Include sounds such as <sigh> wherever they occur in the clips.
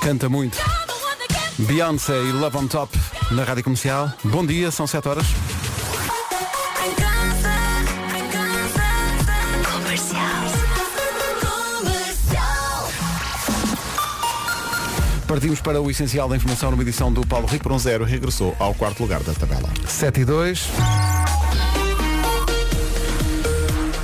Canta muito. Beyoncé e Love on Top na Rádio Comercial. Bom dia, são 7 horas. Partimos para o essencial da informação numa edição do Paulo Rico. Por um zero regressou ao quarto lugar da tabela. 7 e 2.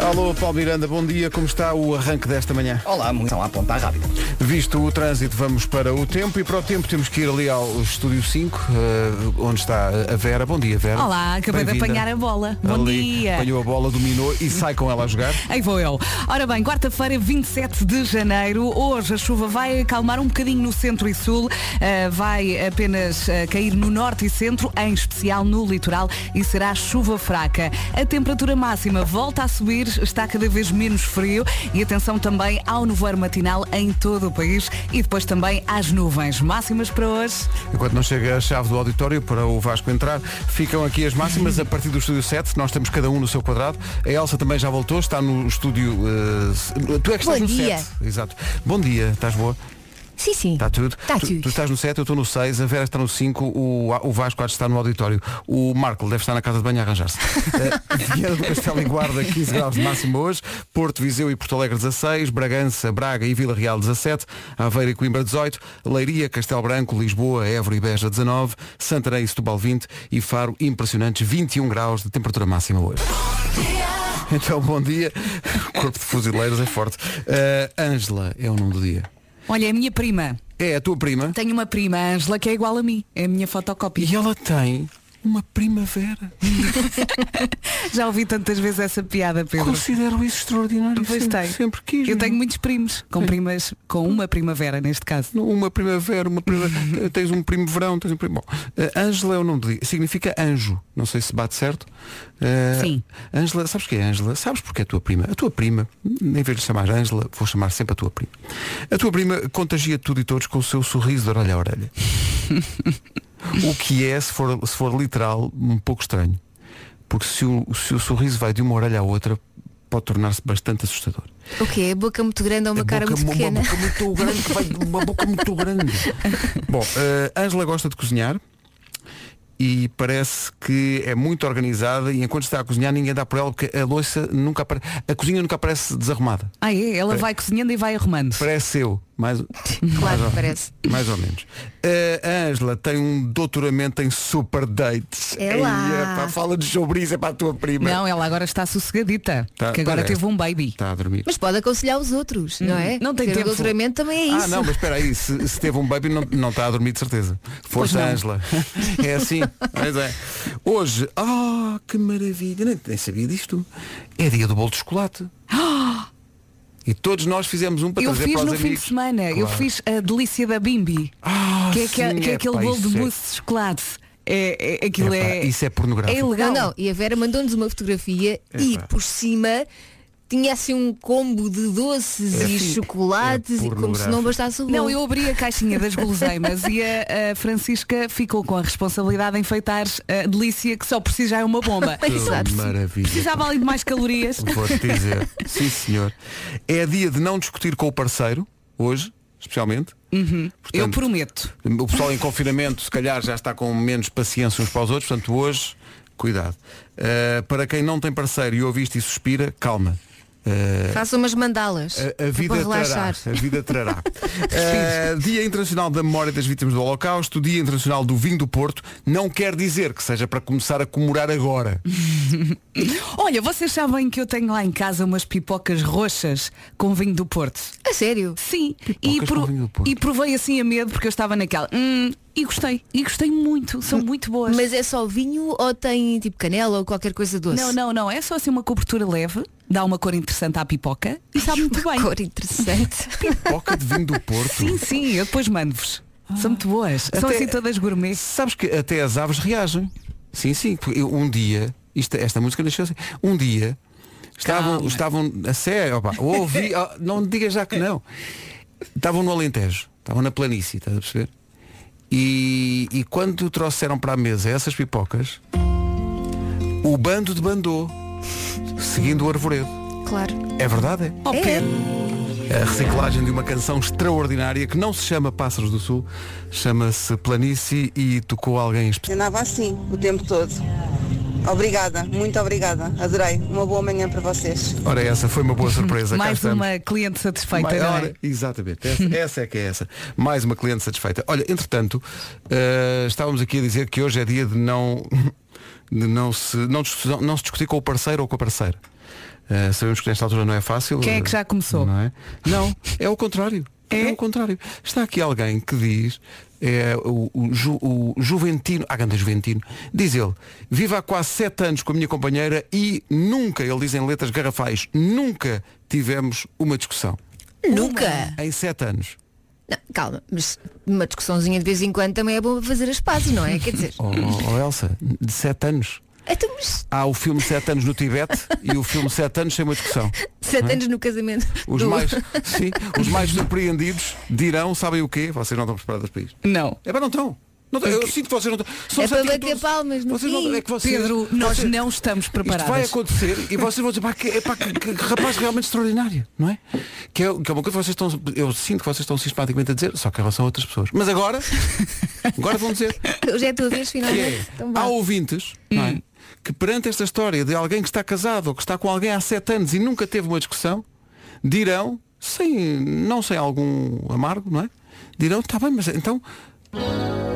Alô, Paulo Miranda, bom dia. Como está o arranque desta manhã? Olá, muito a apontar rápido. Visto o trânsito, vamos para o tempo e para o tempo temos que ir ali ao Estúdio 5, eh, onde está a Vera. Bom dia, Vera. Olá, acabei de Bem-vinda. apanhar a bola. Bom Ali dia. Apanhou a bola, dominou e sai com ela a jogar. Aí vou eu. Ora bem, quarta-feira, 27 de janeiro. Hoje a chuva vai acalmar um bocadinho no centro e sul. Ah, vai apenas ah, cair no norte e centro, em especial no litoral, e será chuva fraca. A temperatura máxima volta a subir, está cada vez menos frio. E atenção também ao nevoeiro matinal em todo o país e depois também às nuvens. Máximas para hoje. Enquanto não chega a chave do auditório para o Vasco entrar, ficam aqui as máximas a partir do estúdio 7. Nós temos cada um no seu quadrado. A Elsa também já voltou, está no estúdio. eh, se- tu é que estás no Bom dia. 7. Exato. Bom dia, estás boa? Sim, sim. Está Tá tudo? Está tu, tudo. tu estás no 7, eu estou no 6, a Vera está no 5, o, o Vasco acho que está no auditório. O Marco deve estar na casa de banho a arranjar-se. Eh, Viana do Castelo em Guarda, 15 graus de máximo hoje. Porto, Viseu e Porto Alegre, 16. Bragança, Braga e Vila Real, 17. Aveiro e Coimbra, 18. Leiria, Castelo Branco, Lisboa, Évora e Beja, 19. Santarém e Setúbal, 20. E Faro, impressionantes, 21 graus de temperatura máxima hoje. Então, bom dia. <laughs> O corpo de fuzileiros é forte. Eh, Ângela é o nome do dia. Olha, a minha prima. É a tua prima? Tenho uma prima, a Ângela, que é igual a mim. É a minha fotocópia. E ela tem uma primavera. Já ouvi tantas vezes essa piada, Pedro. Considero isso extraordinário. Pois sempre, tem. sempre quis. Eu não é? tenho muitos primos, com primas, com uma primavera neste caso. Uma primavera, uma primavera. tens um primo verão, tens um primo. Bom, eh, Ângela é o nome do dia. Significa anjo. Não sei se bate certo. Eh, Sim. Ângela, sabes que é Ângela? Sabes porque é a tua prima? A tua prima, em vez de chamar Ângela, vou chamar sempre a tua prima. A tua prima contagia tudo e todos com o seu sorriso de orelha a orelha. o que é, se for, se for literal, um pouco estranho. Porque se o, se o sorriso vai de uma orelha à outra, pode tornar-se bastante assustador. O quê? Boca muito grande ou uma A cara É boca- muito uma, pequena? Uma boca muito grande, que vai, uma boca muito <laughs> grande. Bom, eh, Ângela gosta de cozinhar e parece que é muito organizada e enquanto está a cozinhar ninguém dá por ela porque a louça nunca apare... a cozinha nunca aparece desarrumada. Ah, é? Ela vai cozinhando e vai arrumando. Parece eu, mais, Claro ou- que parece. mais ou menos. Eh, a Ângela tem um doutoramento em super dates. É lá. Ei, epá, fala de showbiz, é para a tua prima. Não, ela agora está sossegadita, Tá, que agora parece. teve um baby. Está Tá a dormir. Mas pode aconselhar os outros, Hum, não é? não tem Ter tempo. um doutoramento também é isso. Ah, não, mas espera aí, se, se teve um baby não, não está a dormir de certeza. Força Pois não. Ângela. É assim. Pois é. Hoje, ah, que maravilha, nem, nem sabia disto. É dia do bolo de chocolate. E todos nós fizemos um para Eu trazer fiz para os no fim de amigos. semana, eu Claro. fiz a delícia da Bimbi, Ah, que é, aquele- sim, que é aquele epá, bolo de isso é- mousse de chocolate. É, é- aquilo Epá, é, isso é pornográfico. É ilegal. Não, não. E a Vera mandou-nos uma fotografia e Epá. por cima tinha assim um combo de doces É e assim, chocolates é e como se não pornográfico. bastasse o bolo. Não, eu abri a caixinha das guloseimas e a, a Francisca ficou com a responsabilidade de enfeitar a delícia que só por si já é uma <laughs> bomba. Exato. Que maravilha. Precisava ali de mais calorias. Vou-te dizer. <laughs> Sim, senhor. É dia de não discutir com o parceiro, hoje, especialmente. Uhum. Eu Portanto, prometo. O pessoal em confinamento, se calhar, já está com menos paciência uns para os outros, portanto, hoje, cuidado. Uh, para quem não tem parceiro e ouve isto e suspira, calma. Uh, Faça umas mandalas. a, a É vida para trará. relaxar. A vida <laughs> trará. Uh, dia Internacional da Memória das Vítimas do Holocausto, Dia Internacional do Vinho do Porto, não quer dizer que seja para começar a comemorar <laughs> agora. Olha, vocês sabem que eu tenho lá em casa umas pipocas roxas com vinho do Porto. A sério. Sim, com vinho do Porto. e provei assim a medo porque eu estava naquela. "Hum", e gostei, Hum. e gostei muito, são muito boas. Mas é só vinho ou tem tipo canela ou qualquer coisa doce? Não, não, não, é só assim uma cobertura leve, dá uma cor interessante à pipoca e sabe <laughs> muito bem. Cor <laughs> interessante. Poca de vinho do Porto. Sim, sim, eu depois mando-vos. São muito boas. Ah. São Até- assim todas gourmet. Sabes que até as aves reagem. Sim, sim. porque eu- Um dia, isto- esta música nasceu assim. Um dia estavam, Calma. estavam a sério, opa, <laughs> ouvi, ó, não digas já que não. Estavam no Alentejo, estavam na planície, estás a perceber? E, e quando trouxeram para a mesa essas pipocas, o bando de bandou, seguindo o arvoredo. claro. É verdade, é? Oh, Pedro. a reciclagem de uma canção extraordinária que não se chama Pássaros do Sul, chama-se Planície e tocou alguém em especial. Andava assim o tempo todo. Obrigada, muito obrigada. Adorei. Uma boa manhã para vocês. Ora, essa foi uma <laughs> boa surpresa. cá Mais estamos. uma cliente satisfeita, Mais- não é? ora, Exatamente, <laughs> essa, essa é que é essa. Mais uma cliente satisfeita. Olha, entretanto, eh, estávamos aqui a dizer que hoje é dia de não, <laughs> de não, se, não, dis- não se discutir com o parceiro ou com a parceira. Eh, sabemos que nesta altura não é fácil. Quem é que já começou? Não é, não, é o <laughs> contrário. É? o contrário. Está aqui alguém que diz, é, o, o, ju, o Juventino, ah, grande Juventino, diz ele, vivo há quase sete anos com a minha companheira e nunca, ele diz em letras garrafais, nunca tivemos uma discussão. Nunca. Em sete anos. Não, calma, mas uma discussãozinha de vez em quando também é bom fazer as pazes, não é? Quer dizer, <laughs> Oh, oh, oh, Elsa, de sete anos. então, mas Há o filme Sete Anos no Tibete e o filme Sete Anos Sem Uma Discussão. sete anos no casamento. Hum? Os do- mais, sim, os mais surpreendidos dirão, sabem o quê? Vocês não estão preparadas para isto. Não. É para não estão. Não estão. Eu sinto que vocês não estão. São É para sete e bater 14. palmas no Vocês fim. não, é que vocês, Pedro, nós vocês- não estamos preparados. Isto vai acontecer e vocês vão dizer, pá, que, é pá, que, que rapaz realmente extraordinário, não é? Que, é? que é uma coisa que vocês estão, eu sinto que vocês estão sistematicamente a dizer, só que em relação a outras pessoas. Mas agora, agora vão dizer, <laughs> Hoje é a tua vez, que finalmente. é, <laughs> Então vá. há ouvintes não é, que perante esta história de alguém que está casado ou que está com alguém há sete anos e nunca teve uma discussão, dirão, sem, não sem algum amargo, não é? Dirão, está bem, mas então,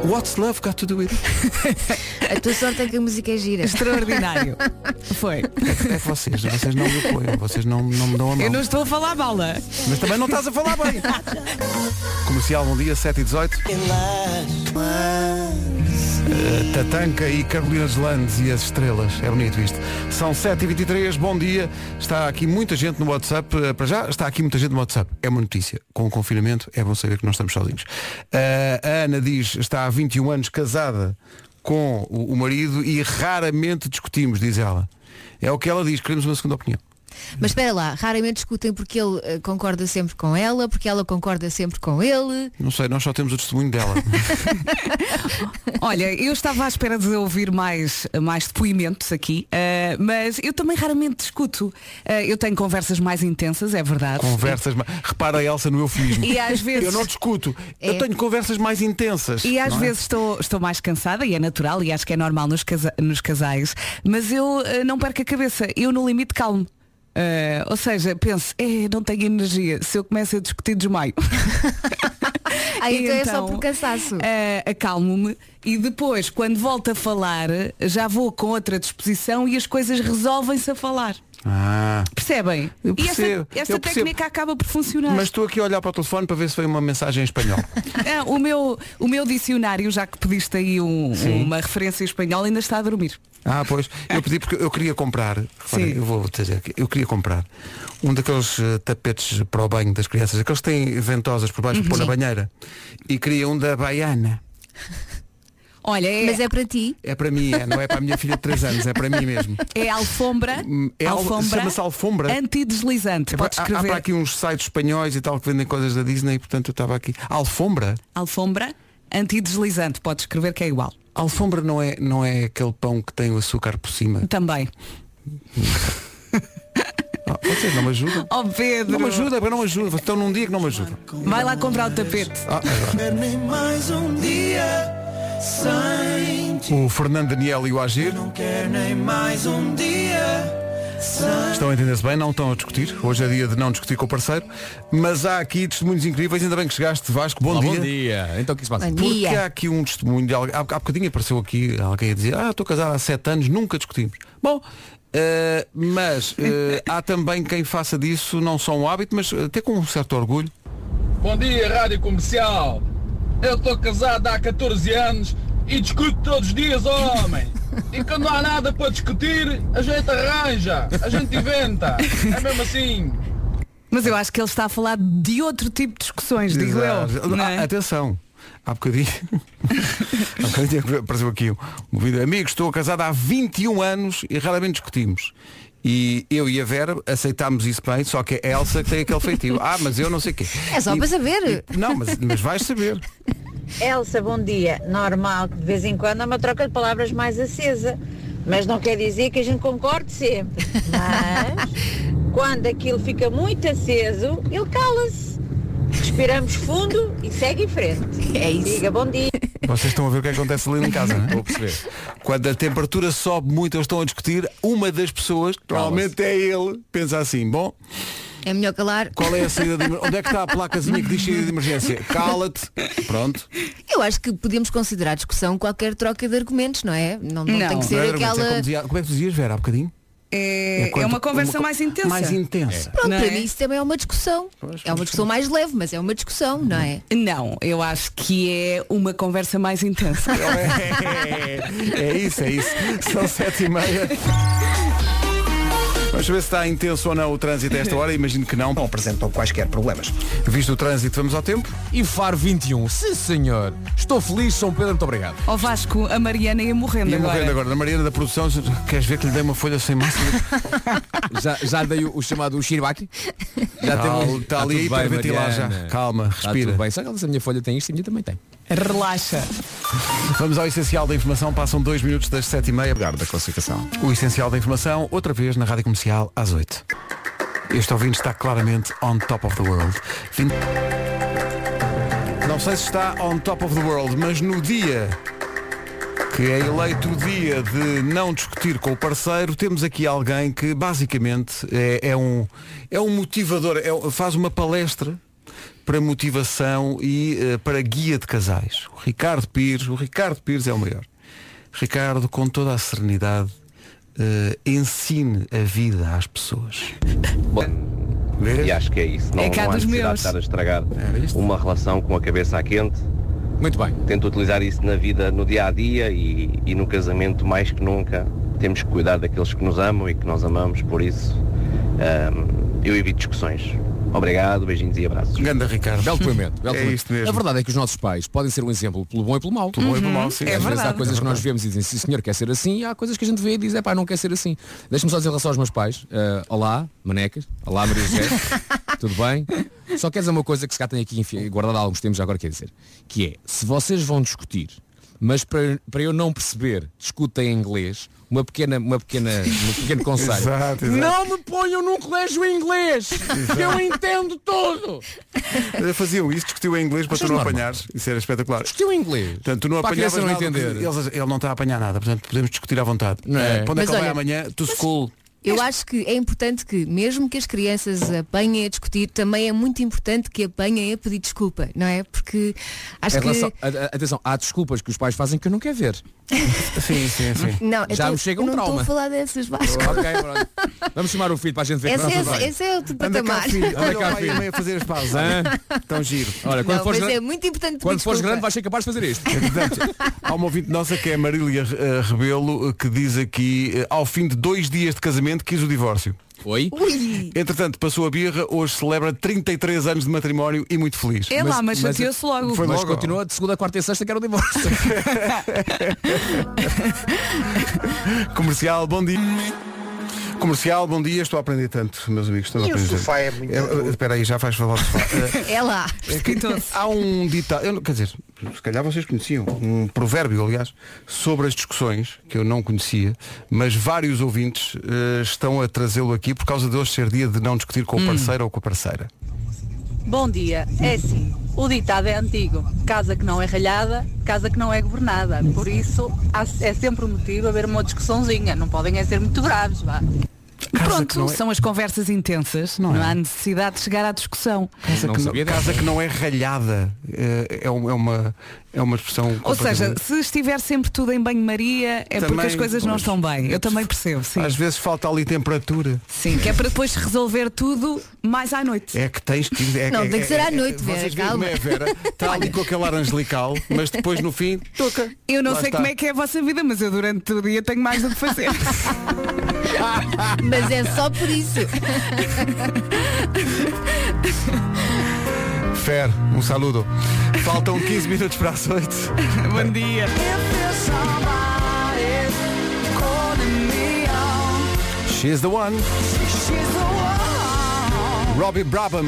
what's love got to do with it? A tua sorte é que a música é gira. Extraordinário. Foi. É que vocês, vocês não me apoiam, vocês não, não me dão a mão. Eu não estou a falar bala. Mas também não estás a falar bem. Comercial, bom dia, 7 e 18. Eh, Tatanka e Carolina de Landes e as estrelas. É bonito isto. São 7h23, bom dia. Está aqui muita gente no WhatsApp. Eh, Para já, está aqui muita gente no WhatsApp. É uma notícia. Com o confinamento, é bom saber que não estamos sozinhos. Eh, a Ana diz, está há 21 anos casada com o, o marido e raramente discutimos, diz ela. É o que ela diz, queremos uma segunda opinião. Mas espera lá, raramente discutem porque ele eh, concorda sempre com ela, porque ela concorda sempre com ele. Não sei, nós só temos o testemunho dela. Olha, eu estava à espera de ouvir mais, mais depoimentos aqui, eh, mas eu também raramente discuto. Eh, eu tenho conversas mais intensas, é verdade. conversas mais. Repara a Elsa no eufemismo. E às vezes- Eu não discuto. É. Eu tenho conversas mais intensas. E às não é? vezes estou, estou mais cansada, e é natural, e acho que é normal nos, casa- nos casais, mas eu eh, não perco a cabeça, eu no limite calmo. Eh, ou seja, penso, eh, não tenho energia, se eu começo a <laughs> discutir desmaio. Ah, E então é só por cansaço. eh, acalmo-me e depois, quando volto a falar, já vou com outra disposição e as coisas resolvem-se a falar. Ah. Percebem? Eu e essa, percebo, essa eu percebo. técnica acaba por funcionar. Mas estou aqui a olhar para o telefone para ver se veio uma mensagem em <laughs> espanhol. Ah, o, meu, o meu dicionário, já que pediste aí um- uma referência espanhola, ainda está a dormir. Ah, pois. Eu pedi porque eu queria comprar. Repara, Sim. eu vou te dizer aqui. Eu queria comprar um daqueles eh, tapetes para o banho das crianças. Aqueles que têm ventosas por Uhum. baixo para pôr na banheira. E queria um da Baiana. Olha, é, Mas é para ti. É para mim, é, não é para a minha filha de 3 anos, é para mim mesmo. é alfombra, É al- alfombra, chama-se alfombra. antideslizante. É Podes para- há, há escrever para aqui uns sites espanhóis e tal que vendem coisas da Disney, portanto eu estava aqui. Alfombra? alfombra antideslizante. Podes escrever que é igual. Alfombra não é, não é aquele pão que tem o açúcar por <laughs> cima. Também. Ah, vocês não me ajudam? Oh Pedro, Não me ajuda, agora não me ajuda. Estão num dia que não me ajudam. vai lá comprar o tapete. Ah, agora. O Fernando Daniel e o Agir. Estão a entender-se bem, não estão a discutir. Hoje é dia de não discutir com o parceiro. Mas há aqui testemunhos incríveis. Ainda bem que chegaste, Vasco. Bom Olá, dia. bom dia. Então o que é que se passa? Bom Porque dia. há aqui um testemunho de alguém. Há há bocadinho apareceu aqui alguém a dizer, ah, estou casado há sete anos, nunca discutimos. Bom, eh, mas eh, há também quem faça disso não só um hábito, mas eh, até com um certo orgulho. Bom dia, Rádio Comercial. Eu estou casado há 14 anos e discuto todos os dias, homem. E quando não há nada para discutir, a gente arranja, a gente inventa. É mesmo assim. Mas eu acho que ele está a falar de outro tipo de discussões, digo eu. não é? Ah, Atenção. Há bocadinho, <laughs> há bocadinho <laughs> apareceu aqui um- um vídeo. Amigos, estou casado há 21 anos e raramente discutimos. E eu e a Vera aceitámos isso bem, só que é a Elsa que tem aquele feitio. Ah, mas eu não sei o quê. É só E- para saber. e- não, mas, mas vais saber. Elsa, bom dia. Normal que de vez em quando há uma troca de palavras mais acesa, mas não quer dizer que a gente concorde sempre. Mas <laughs> Quando aquilo fica muito aceso, ele cala-se. Respiramos fundo e segue em frente. É isso. Diga bom dia. Vocês estão a ver o que acontece ali em casa, não é? Vou perceber. Quando a temperatura sobe muito, eles estão a discutir, uma das pessoas, que normalmente é ele, pensa assim, bom, É melhor calar. qual é a saída de emergência? Onde é que está a placazinha que diz saída de emergência? Cala-te. Pronto. Eu acho que podemos considerar discussão qualquer troca de argumentos, não é? Não, não Não. tem que Não ser era argumento, é aquela. como, dizia- como é que tu dizias, Vera, há bocadinho? É, é quando- uma conversa co- mais intensa. Mais intensa. Pronto, Não para é? mim isso também é uma discussão. É uma discussão mais leve, mas é uma discussão, não é? Não, eu acho que é uma conversa mais intensa. <laughs> É isso, é isso. São sete e meia. Vamos saber se está intenso ou não o trânsito a esta hora. Imagino que não. Não apresentam quaisquer problemas. Visto o trânsito, vamos ao tempo. E Faro 21, sim senhor. Estou feliz, São Pedro, muito obrigado. Ao Vasco, a Mariana ia morrendo E agora. morrendo agora, na Mariana da Produção, queres ver que lhe dei uma folha sem massa? Já, já dei o, o chamado Shiribaki. Já Está Tá tudo um- ali bem, para ventilar já. Mariana. Calma, Está tudo respira. bem. Só que se a minha folha tem isto, a minha também tem. Relaxa. Vamos ao essencial da informação. Passam dois minutos das sete e meia. Lugar da classificação. O essencial da informação, outra vez na Rádio Comercial, às oito. Este ouvinte está claramente on top of the world. Vinte- Não sei se está on top of the world, mas no dia que é eleito o dia de não discutir com o parceiro, temos aqui alguém que basicamente é, é um, é um motivador, é um- faz uma palestra para motivação e eh, para guia de casais. O Ricardo Pires, o Ricardo Pires é o maior. Ricardo, com toda a serenidade, eh, ensine a vida às pessoas. Vês? E acho que é isso. Não, É cá não há dos necessidade meus. de estar a estragar É, viste? uma relação com a cabeça à quente. Muito bem. Tento utilizar isso na vida, no dia a dia e, e no casamento mais que nunca. Temos que cuidar daqueles que nos amam e que nós amamos, por isso ahm, eu evito discussões. Obrigado, beijinhos e abraços. Ganda Ricardo. Belo depoimento. Belo É depoimento. isto mesmo. A verdade é que os nossos pais podem ser um exemplo pelo bom e pelo mau. Uhum. Pelo bom e pelo mau, sim. Às É vezes há verdade. coisas que nós vemos e dizem, sim senhor, quer ser assim, e há coisas que a gente vê e diz, é pá, não quer ser assim. Deixa-me só dizer em relação aos meus pais, eh, olá, manecas, olá Maria <laughs> José, tudo bem? Só quer dizer uma coisa que se cá tem aqui enfim, guardada há alguns tempos, já agora quer dizer, que é, se vocês vão discutir, mas para, para eu não perceber, discutem em inglês, uma pequena, uma pequena, um <laughs> pequeno conselho. Exato, exato. Não me ponham num colégio em inglês, que eu entendo tudo. Eh, Faziam isso, discutiu em inglês para Achas tu não normal? apanhares. Isso era espetacular. Discutiu em é inglês. Portanto, tu não Para a apanhavas criança não nada do que- entender. eles- ele não está a apanhar nada, portanto podemos discutir à vontade. Não é? Eh, Para onde é Mas que ele vai olha, amanhã? To school. Eu acho que é importante que, mesmo que as crianças apanhem a discutir, também é muito importante que apanhem a pedir desculpa, não é? Porque acho Em que. relação- a- a- atenção, há desculpas que os pais fazem que eu não quero ver. Sim, sim, sim. Não, Já então, me chega um eu não estou trauma. a falar dessas, Vasco. <laughs> Ok, pronto. Vamos chamar o filho para a gente ver Esse, que nós esse, esse é outro Anda cá, patamar. filho. Olha Anda cá, o pai e a filho. mãe a fazer as pausas. Tão giro. Olha, quando, Não, fores, mas grande, é muito importante pedir quando fores desculpa. grande vais ser capaz de fazer isto. Portanto, há uma ouvinte nossa que é a Marília eh, Rebelo eh, que diz aqui, eh, ao fim de dois dias de casamento, quis o divórcio. Oi? Ui, Entretanto, passou a birra, hoje celebra 33 anos de matrimónio e muito feliz. É lá, mas, mas- chateou-se logo. Foi Mas logo. continua de segunda, quarta e sexta que era o divórcio. Comercial, bom dia. Comercial, bom dia, estou a aprender tanto, meus amigos. Estou a E o aprender tanto. sofá é muito Eh, duro. Espera aí, já faz falar do sofá. <laughs> Eh, é lá. É que há um ditado, eu não- quer dizer, se calhar vocês conheciam, um provérbio, aliás, sobre as discussões, que eu não conhecia, mas vários ouvintes eh, estão a trazê-lo aqui por causa de hoje ser dia de não discutir com o parceiro ou com a parceira. Bom dia. É assim, o ditado é antigo. Casa que não é ralhada, casa que não é governada. Por isso, há- é sempre um motivo haver uma discussãozinha. Não podem é ser muito graves, vá. Pronto, é- são as conversas intensas. Não, é? há necessidade de chegar à discussão. Casa, <laughs> Não que, sabia casa que não é ralhada eh, é, um- é uma, é uma expressão Ou seja, completamente- se estiver sempre tudo em banho-maria, é Também, porque as coisas não pois, estão bem. Eu também percebo, sim. às vezes falta ali temperatura. Sim, que é para depois resolver tudo mais à noite. É que tens que. É, Não, é- tem que ser é- à é- noite, Vera, vocês veem calma. Como é, a Vera? Está ali com aquele ar angelical, mas depois no fim toca. Eu não Lá sei está. como é que é a vossa vida, mas eu durante o dia tenho mais do <laughs> que fazer. Mas é só por isso. Fer, um saludo. <laughs> Faltam 15 minutos para as 8. Bom dia. She's the one. Robbie Brabham.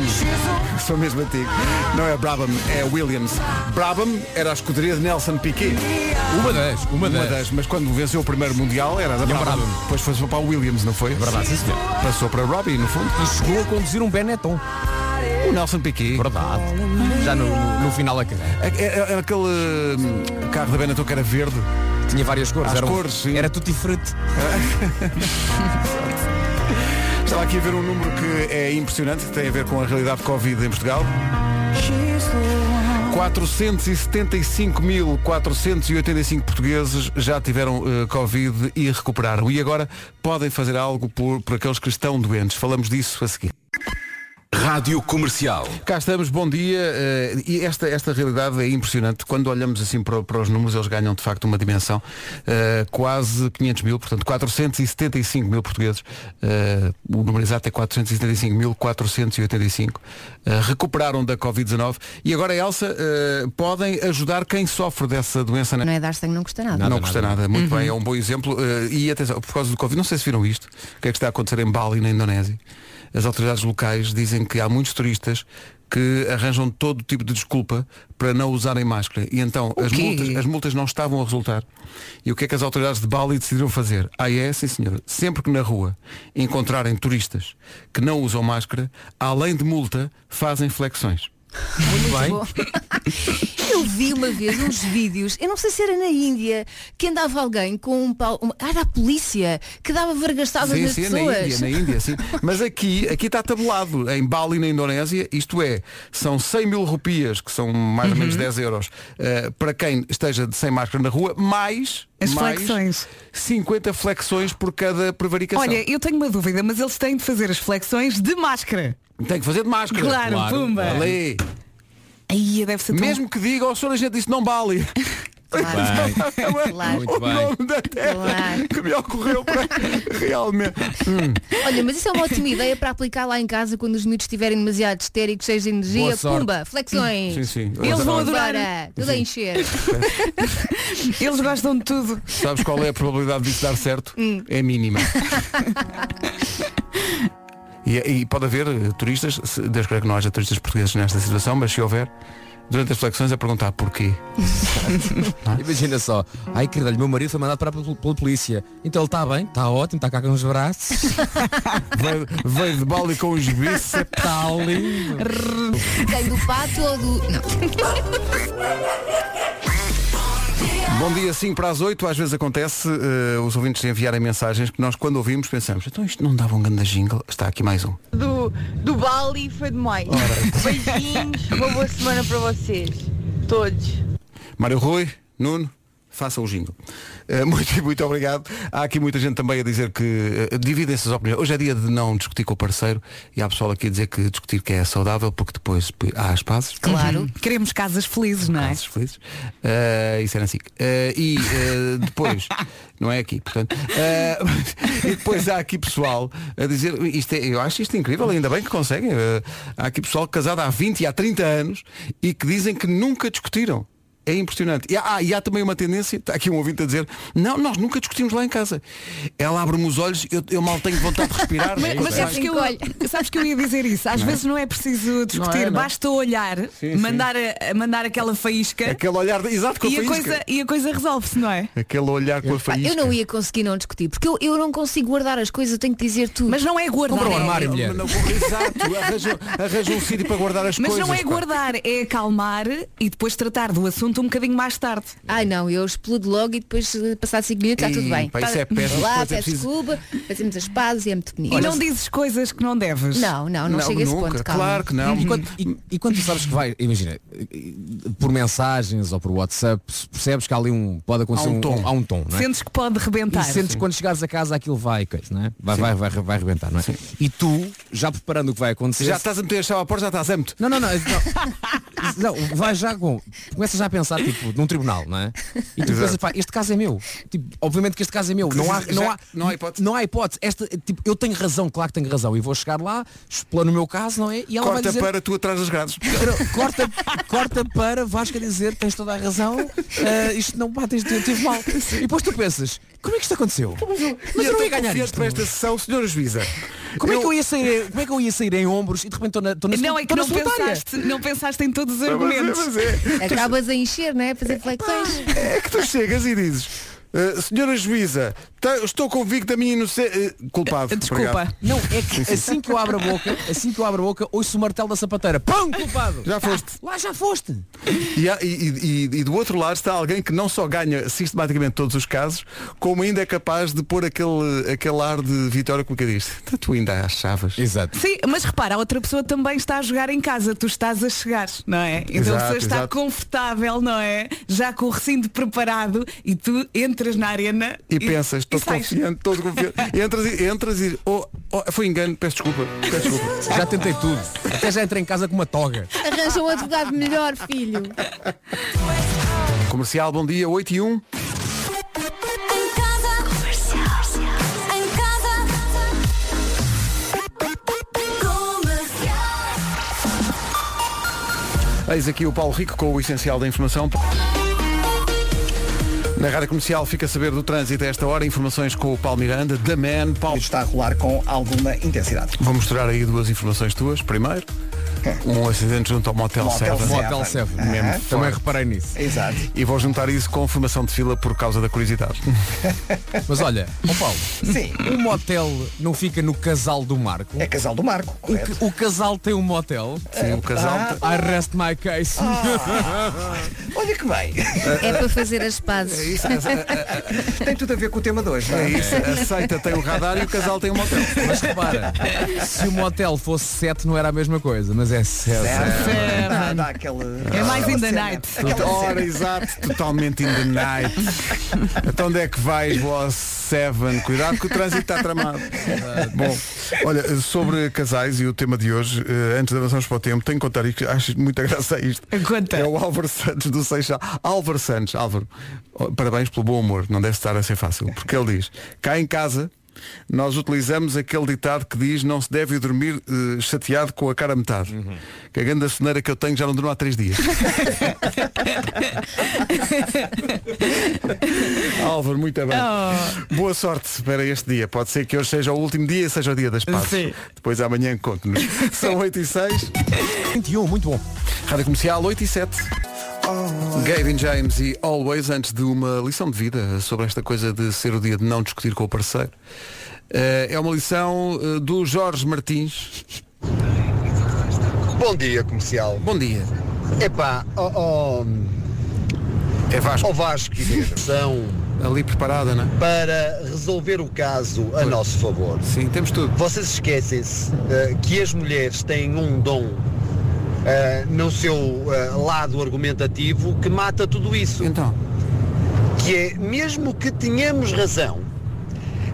Sou mesmo antigo. Não é Brabham, é Williams. Brabham era a escuderia de Nelson Piquet. Uma das, uma das. Mas quando venceu o primeiro Mundial era da E a um Brabham. É Brabham. Depois foi para o Williams, não foi? Brabham, sim, senhor. Passou para Robbie, no fundo. E chegou a conduzir um Benetton. O Hum, Nelson Piquet. Verdade. Já no, no- no final da carreira. É- é- Era aquele hum, carro da Benetton que era verde. Tinha várias cores. Às era, um- cores, sim. era tudo diferente. Estava aqui a ver um número que é impressionante, que tem a ver com a realidade Covid em Portugal. 475.485 portugueses já tiveram eh, Covid e recuperaram. E agora podem fazer algo por, por aqueles que estão doentes. Falamos disso a seguir. Rádio Comercial. Cá estamos, bom dia. eh, e esta, esta realidade é impressionante. Quando olhamos assim para, para os números, eles ganham de facto uma dimensão. Eh, quase 500 mil, portanto 475 mil portugueses. eh, o número exato é 475.485. eh, recuperaram da Covid-19. E agora, Elsa, eh, podem ajudar quem sofre dessa doença. né? Não é dar sangue, não custa nada. não custa nada, muito bem, é um bom exemplo. Eh, e atenção, por causa do Covid, não sei se viram isto, o que é que está a acontecer em Bali, na Indonésia. As autoridades locais dizem que há muitos turistas que arranjam todo tipo de desculpa para não usarem máscara. E então as quê? multas, as multas não estavam a resultar. E o que é que as autoridades de Bali decidiram fazer? Ah, é, sim senhor. Sempre que na rua encontrarem turistas que não usam máscara, além de multa, fazem flexões. Muito bem. <laughs> Eu vi uma vez uns vídeos, eu não sei se era na Índia, que andava alguém com um pau. uma- ah, era a polícia, que dava vergastadas Sim, nas sim, na pessoas. Índia, na Índia, sim. Mas aqui, aqui está tabelado, em Bali, na Indonésia, isto é, são 100 mil rupias, que são mais ou menos 10 euros, eh, para quem esteja de sem máscara na rua, mais, As mais flexões. 50 flexões por cada prevaricação. Olha, eu tenho uma dúvida, mas eles têm de fazer as flexões de máscara. Tem que fazer de máscara. Claro, pumba. Ali. Aí deve ser tão... Mesmo que diga, ao senhor a gente disse não vale. Claro. Não, <laughs> Claro. o Muito bem. nome da terra Claro. que me ocorreu para realmente. Hum. Olha, mas isso é uma ótima ideia para aplicar lá em casa quando os miúdos estiverem demasiado histéricos, cheios de energia. Boa sorte. Pumba, flexões. Sim, sim. Eles vão adorar. Bora, tudo a encher. Eles gostam de tudo. Sabes qual é a probabilidade disso dar certo? É mínima. e, e pode haver eh, turistas, se, Deus queira que não haja turistas portugueses nesta situação, mas se houver, durante as flexões a perguntar porquê. Imagina só. Ai, querida, meu marido foi mandado para pela, pela polícia. Então ele está bem, está ótimo, está cá com os braços. Veio, veio de Bali com os bíceps. <laughs> Está Tá lindo. <laughs> Tem do pato ou do. Não. Bom dia, 5 para as 8, às vezes acontece eh, os ouvintes enviarem mensagens que nós quando ouvimos pensamos, então isto não dava um grande jingle, está aqui mais um. Do, do Bali foi demais. Beijinhos, uma boa semana para vocês. Todos. Mário Rui, Nuno, faça o jingle. Eh, <laughs> Muito, muito obrigado. Há aqui muita gente também a dizer que eh, dividem-se as opiniões. Hoje é dia de não discutir com o parceiro e há pessoal aqui a dizer que discutir que é saudável porque depois p- há as pazes. Claro. Uhum. Queremos casas felizes, não é? Pazes felizes. Eh, isso era assim. Eh, e eh, <laughs> depois, não é aqui, portanto. eh, <laughs> e depois há aqui pessoal a dizer, isto é- eu acho isto incrível, ainda bem que conseguem. Eh, há aqui pessoal casado há 20 e há 30 anos e que dizem que nunca discutiram. É impressionante. E há, ah, e há também uma tendência, está aqui um ouvinte a dizer, não, nós nunca discutimos lá em casa. Ela abre-me os olhos, eu, eu mal tenho vontade de respirar. <laughs> é? Mas, é mas sabes, que eu, sabes que eu ia dizer isso? Às vezes não é preciso discutir, não. é? basta olhar, Sim, mandar, a- mandar aquela faísca Aquele olhar, de- exato, com a é e, a faísca. coisa, e a coisa resolve-se, não é? Aquele olhar com a Pá, faísca. eu não ia conseguir não discutir, porque eu, eu não consigo guardar as coisas, eu tenho que dizer tudo. Mas não é guardar. Compra um é- armário, mulher. Não, não, exato, arranja, arranja um sítio para guardar as Mas coisas. não é pá. guardar, é acalmar e depois tratar do assunto um bocadinho mais tarde. Ai não, eu explodo logo e depois eh, passar 5 minutos está tudo Ih, bem. pá, isso é péssimo, Lá, depois é peço preciso- desculpa, fazemos as pazes e é muito bonito. E não dizes coisas que não deves. não, não, não, chega a esse nunca, ponto, calma. Claro que não. E quando, e- e quando tu sabes que vai, imagina, por mensagens ou por WhatsApp, percebes que há ali um. Pode acontecer Há um tom. há um tom não é? Sentes que pode rebentar. E sentes que quando chegares a casa aquilo vai, coisa, não é? Vai, vai, vai, vai arrebentar, não é? E tu, já preparando o que vai acontecer. Já estás a meter a chave à porta, já estás a meter. Não, não, não, <laughs> não. Não, vai já com. Começas já a pensar, tipo, num tribunal, não é? E tu Exato. pensas, pá, este caso é meu. Tipo, obviamente que este caso é meu. Não há, Já- não há, não há hipótese. Não há hipótese. Esta, tipo, eu tenho razão, claro que tenho razão. E vou chegar lá, explano o meu caso, não é? E ela vai Corta dizer. para tu atrás das grades. Pero- corta, corta para Vasco a dizer tens toda a razão, ah, isto não pá, tens, eu tive mal. E depois tu pensas, como é que isto aconteceu? Mas eu, E não estou ia ganhar confiante isto. para esta sessão, senhora juíza. Como, é que eu ia sair, como é que eu ia sair em ombros e de repente estou na, estou na Não, é que estou na não solitária? pensaste, não pensaste em todos os Mas é, argumentos. mas é. Acabas a encher, não é? A fazer flexões. É que tu chegas e dizes, "Eh, senhora juíza, tá- estou convicto da minha inocência. Eh, Eh, culpado. Obrigado. Não, é que Sim, sim. assim que eu abro a boca, assim que eu abro a boca, ouço o martelo da sapateira. Pão, culpado! Já foste. Lá já foste. E, há- e- e- e- e do outro lado está alguém que não só ganha sistematicamente todos os casos, como ainda é capaz de pôr aquele, aquele ar de vitória como que diz. "Tá, Tu ainda achavas. Exato. Sim, mas repara, a outra pessoa também está a jogar em casa, tu estás a chegar, não é? Então a Exato, pessoa está exato. confortável, não é? Já com o recinto preparado e tu entras na arena E pensas, estou sais." confiante, estou confiante. Entras e, entras e oh, oh, foi engano, peço desculpa. Peço desculpa. <laughs> Já tentei tudo. Até já entrei em casa com uma toga. Arranja um advogado <laughs> melhor, filho. Comercial, bom dia, 8 e 1. Eis aqui o Paulo Rico com o essencial da informação. Na rádio comercial fica a saber do trânsito a esta hora. Informações com o Paulo Miranda, da Man. Paulo. Está a rolar com alguma intensidade. Vou mostrar aí duas informações tuas. Primeiro, um acidente junto ao Motel, Motel Seven. Seven. Motel Seven. Mesmo Aham. forte. Também reparei nisso. Exato. E vou juntar isso com formação de fila por causa da curiosidade. Mas olha, ó Paulo, o motel não fica no casal do Marco. É casal do Marco. O, ca- o casal tem um motel. Sim, o casal I rest my case. Olha que bem. É para fazer as pazes. Tem tudo a ver com o tema de hoje. não É isso, aceita, tem o radar e o casal tem o motel. Mas repara, se o motel fosse 7 não era a mesma coisa, mas é 7. Dá, dá aquela. É mais in the cena, night. aquela Ora, cena. <laughs> exato, totalmente in the night. Então onde é que vais, Boss Seven? Cuidado que o trânsito está tramado. Bom, olha, sobre casais e o tema de hoje, eh, antes de avançarmos para o tempo, tenho que contar isto, acho muita graça a isto. É o Álvaro Santos do Seixal. Álvaro Santos, Álvaro, oh, parabéns pelo bom humor, não deve estar a ser fácil, porque ele diz, cá em casa. Nós utilizamos aquele ditado que diz não se deve dormir eh, chateado com a cara a metade. Que é a grande ceneira que eu tenho já não durmo há três dias. Álvaro, muito bem. Boa sorte para este dia. Pode ser que hoje seja o último dia e seja o dia das pazes. Depois amanhã conto-nos. São 8 e 6. 21, muito bom. um, Rádio Comercial 8 e 7. Gavin James e Always, antes de uma lição de vida sobre esta coisa de ser o dia de não discutir com o parceiro. Eh, É uma lição eh, do Jorge Martins. Bom dia, comercial. Bom dia. Epá, oh, ó. ó, é Vasco. Ó Vasco e Pedro. São ali preparada, não é? Para resolver o caso a nosso favor. Sim, temos tudo. Vocês esquecem-se eh, que as mulheres têm um dom eh, no seu eh, lado argumentativo que mata tudo isso. Então. Que é, mesmo que tenhamos razão,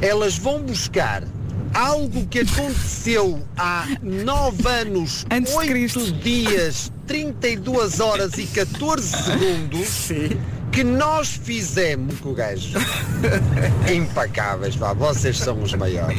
elas vão buscar algo que aconteceu há 9 anos, 8 dias, 32 horas e 14 segundos que nós fizemos com o gajo. Impacáveis, vá, vocês são os maiores.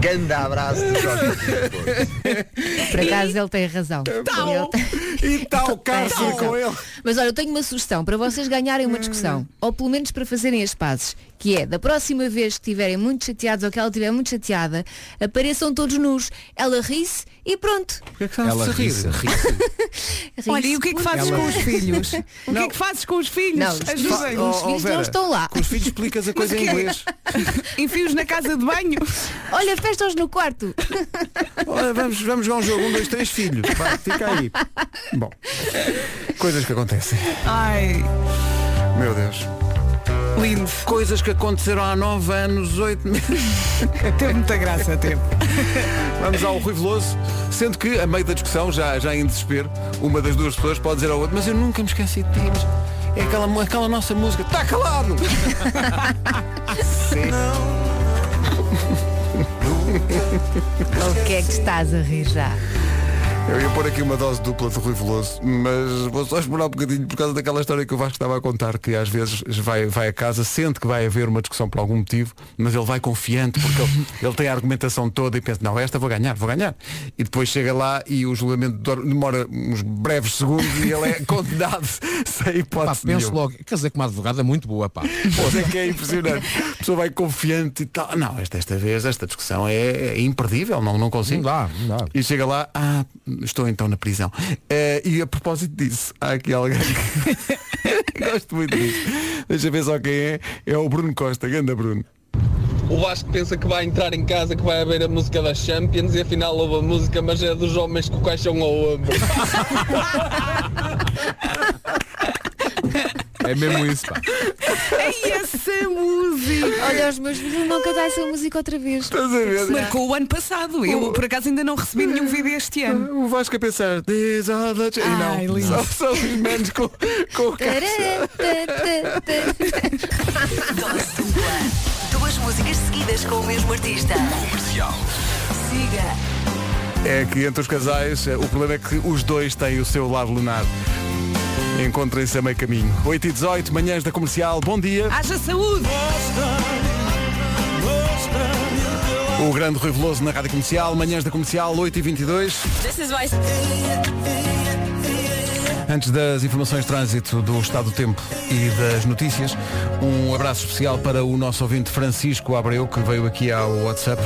Grande abraço de Jorge. Por acaso ele tem razão. Ele tem- E Então, tal Tem Cássio razão. com ele. Mas olha, eu tenho uma sugestão para vocês ganharem uma discussão, ou pelo menos para fazerem as pazes, que é da próxima vez que estiverem muito chateados ou que ela estiver muito chateada, apareçam todos nus. Ela ri-se e pronto. Ela ri-se, ri-se. Olha, e o que é que fazes com Tá, os filhos? O que é Não. que fazes com os filhos? Não, os filhos- Ajudem. Oh, oh, Vera, Com os filhos explicas a coisa em Mas o quê? inglês. Enfios na casa de banho. Olha, festas no quarto. Olha, vamos, vamos jogar um jogo, um, dois, três filhos. Vai, fica aí. Bom, coisas que acontecem. Ai, Meu Deus. lindo. Coisas que aconteceram há nove anos, oito meses. Teve muita graça, teve. Vamos ao Rui Veloso, sendo que a meio da discussão, já, já em desespero, uma das duas pessoas pode dizer ao outro, mas eu nunca me esqueci de ti, mas é aquela, mu- aquela nossa música, está calado! o que é que estás a rir já? Eu ia pôr aqui uma dose dupla de Rui Veloso, mas vou só esperar um bocadinho por causa daquela história que o Vasco estava a contar, que às vezes vai, vai a casa, sente que vai haver uma discussão por algum motivo, mas ele vai confiante, porque <laughs> ele, ele tem a argumentação toda e pensa, não, esta vou ganhar, vou ganhar. E depois chega lá e o julgamento dor- demora uns breves segundos e ele <laughs> é condenado sem Pá, hipótese penso nenhuma. logo, quer dizer que uma advogada é muito boa, pá. Isso é que é impressionante. A pessoa vai confiante e tal. Não, esta, esta vez esta discussão é, é imperdível, não, não consigo. Não dá, não dá. E chega lá, ah, estou então na prisão. Eh, e a propósito disso, há aqui alguém que <laughs> gosto muito disso. Deixa eu ver só quem é. É o Bruno Costa, ganda Bruno. O Vasco pensa que vai entrar em casa, que vai haver a música da Champions e afinal houve a música, mas é dos homens que o caixão ao ombro. É mesmo isso, pá. Ei, essa É música! Olha, os meus filhos não cantar essa música outra vez. Estás a ver? Marcou o ano passado. Eu, por acaso, ainda não recebi nenhum vídeo este ano. O Vasco a pensar, These are the... E não, Ai, lindo. só- só os menos com, com o caça. Dose dupla. Duas músicas seguidas com o mesmo artista. Comercial. Siga. É que entre os casais, eh, o problema é que os dois têm o seu lado lunar. Encontrem-se a meio caminho. 8 e 18, manhãs da comercial, bom dia. Haja saúde! O grande Rui Veloso na Rádio Comercial, manhãs da comercial, 8 e 22 This is why. Antes das informações de trânsito do estado do tempo e das notícias, um abraço especial para o nosso ouvinte Francisco Abreu, que veio aqui ao WhatsApp.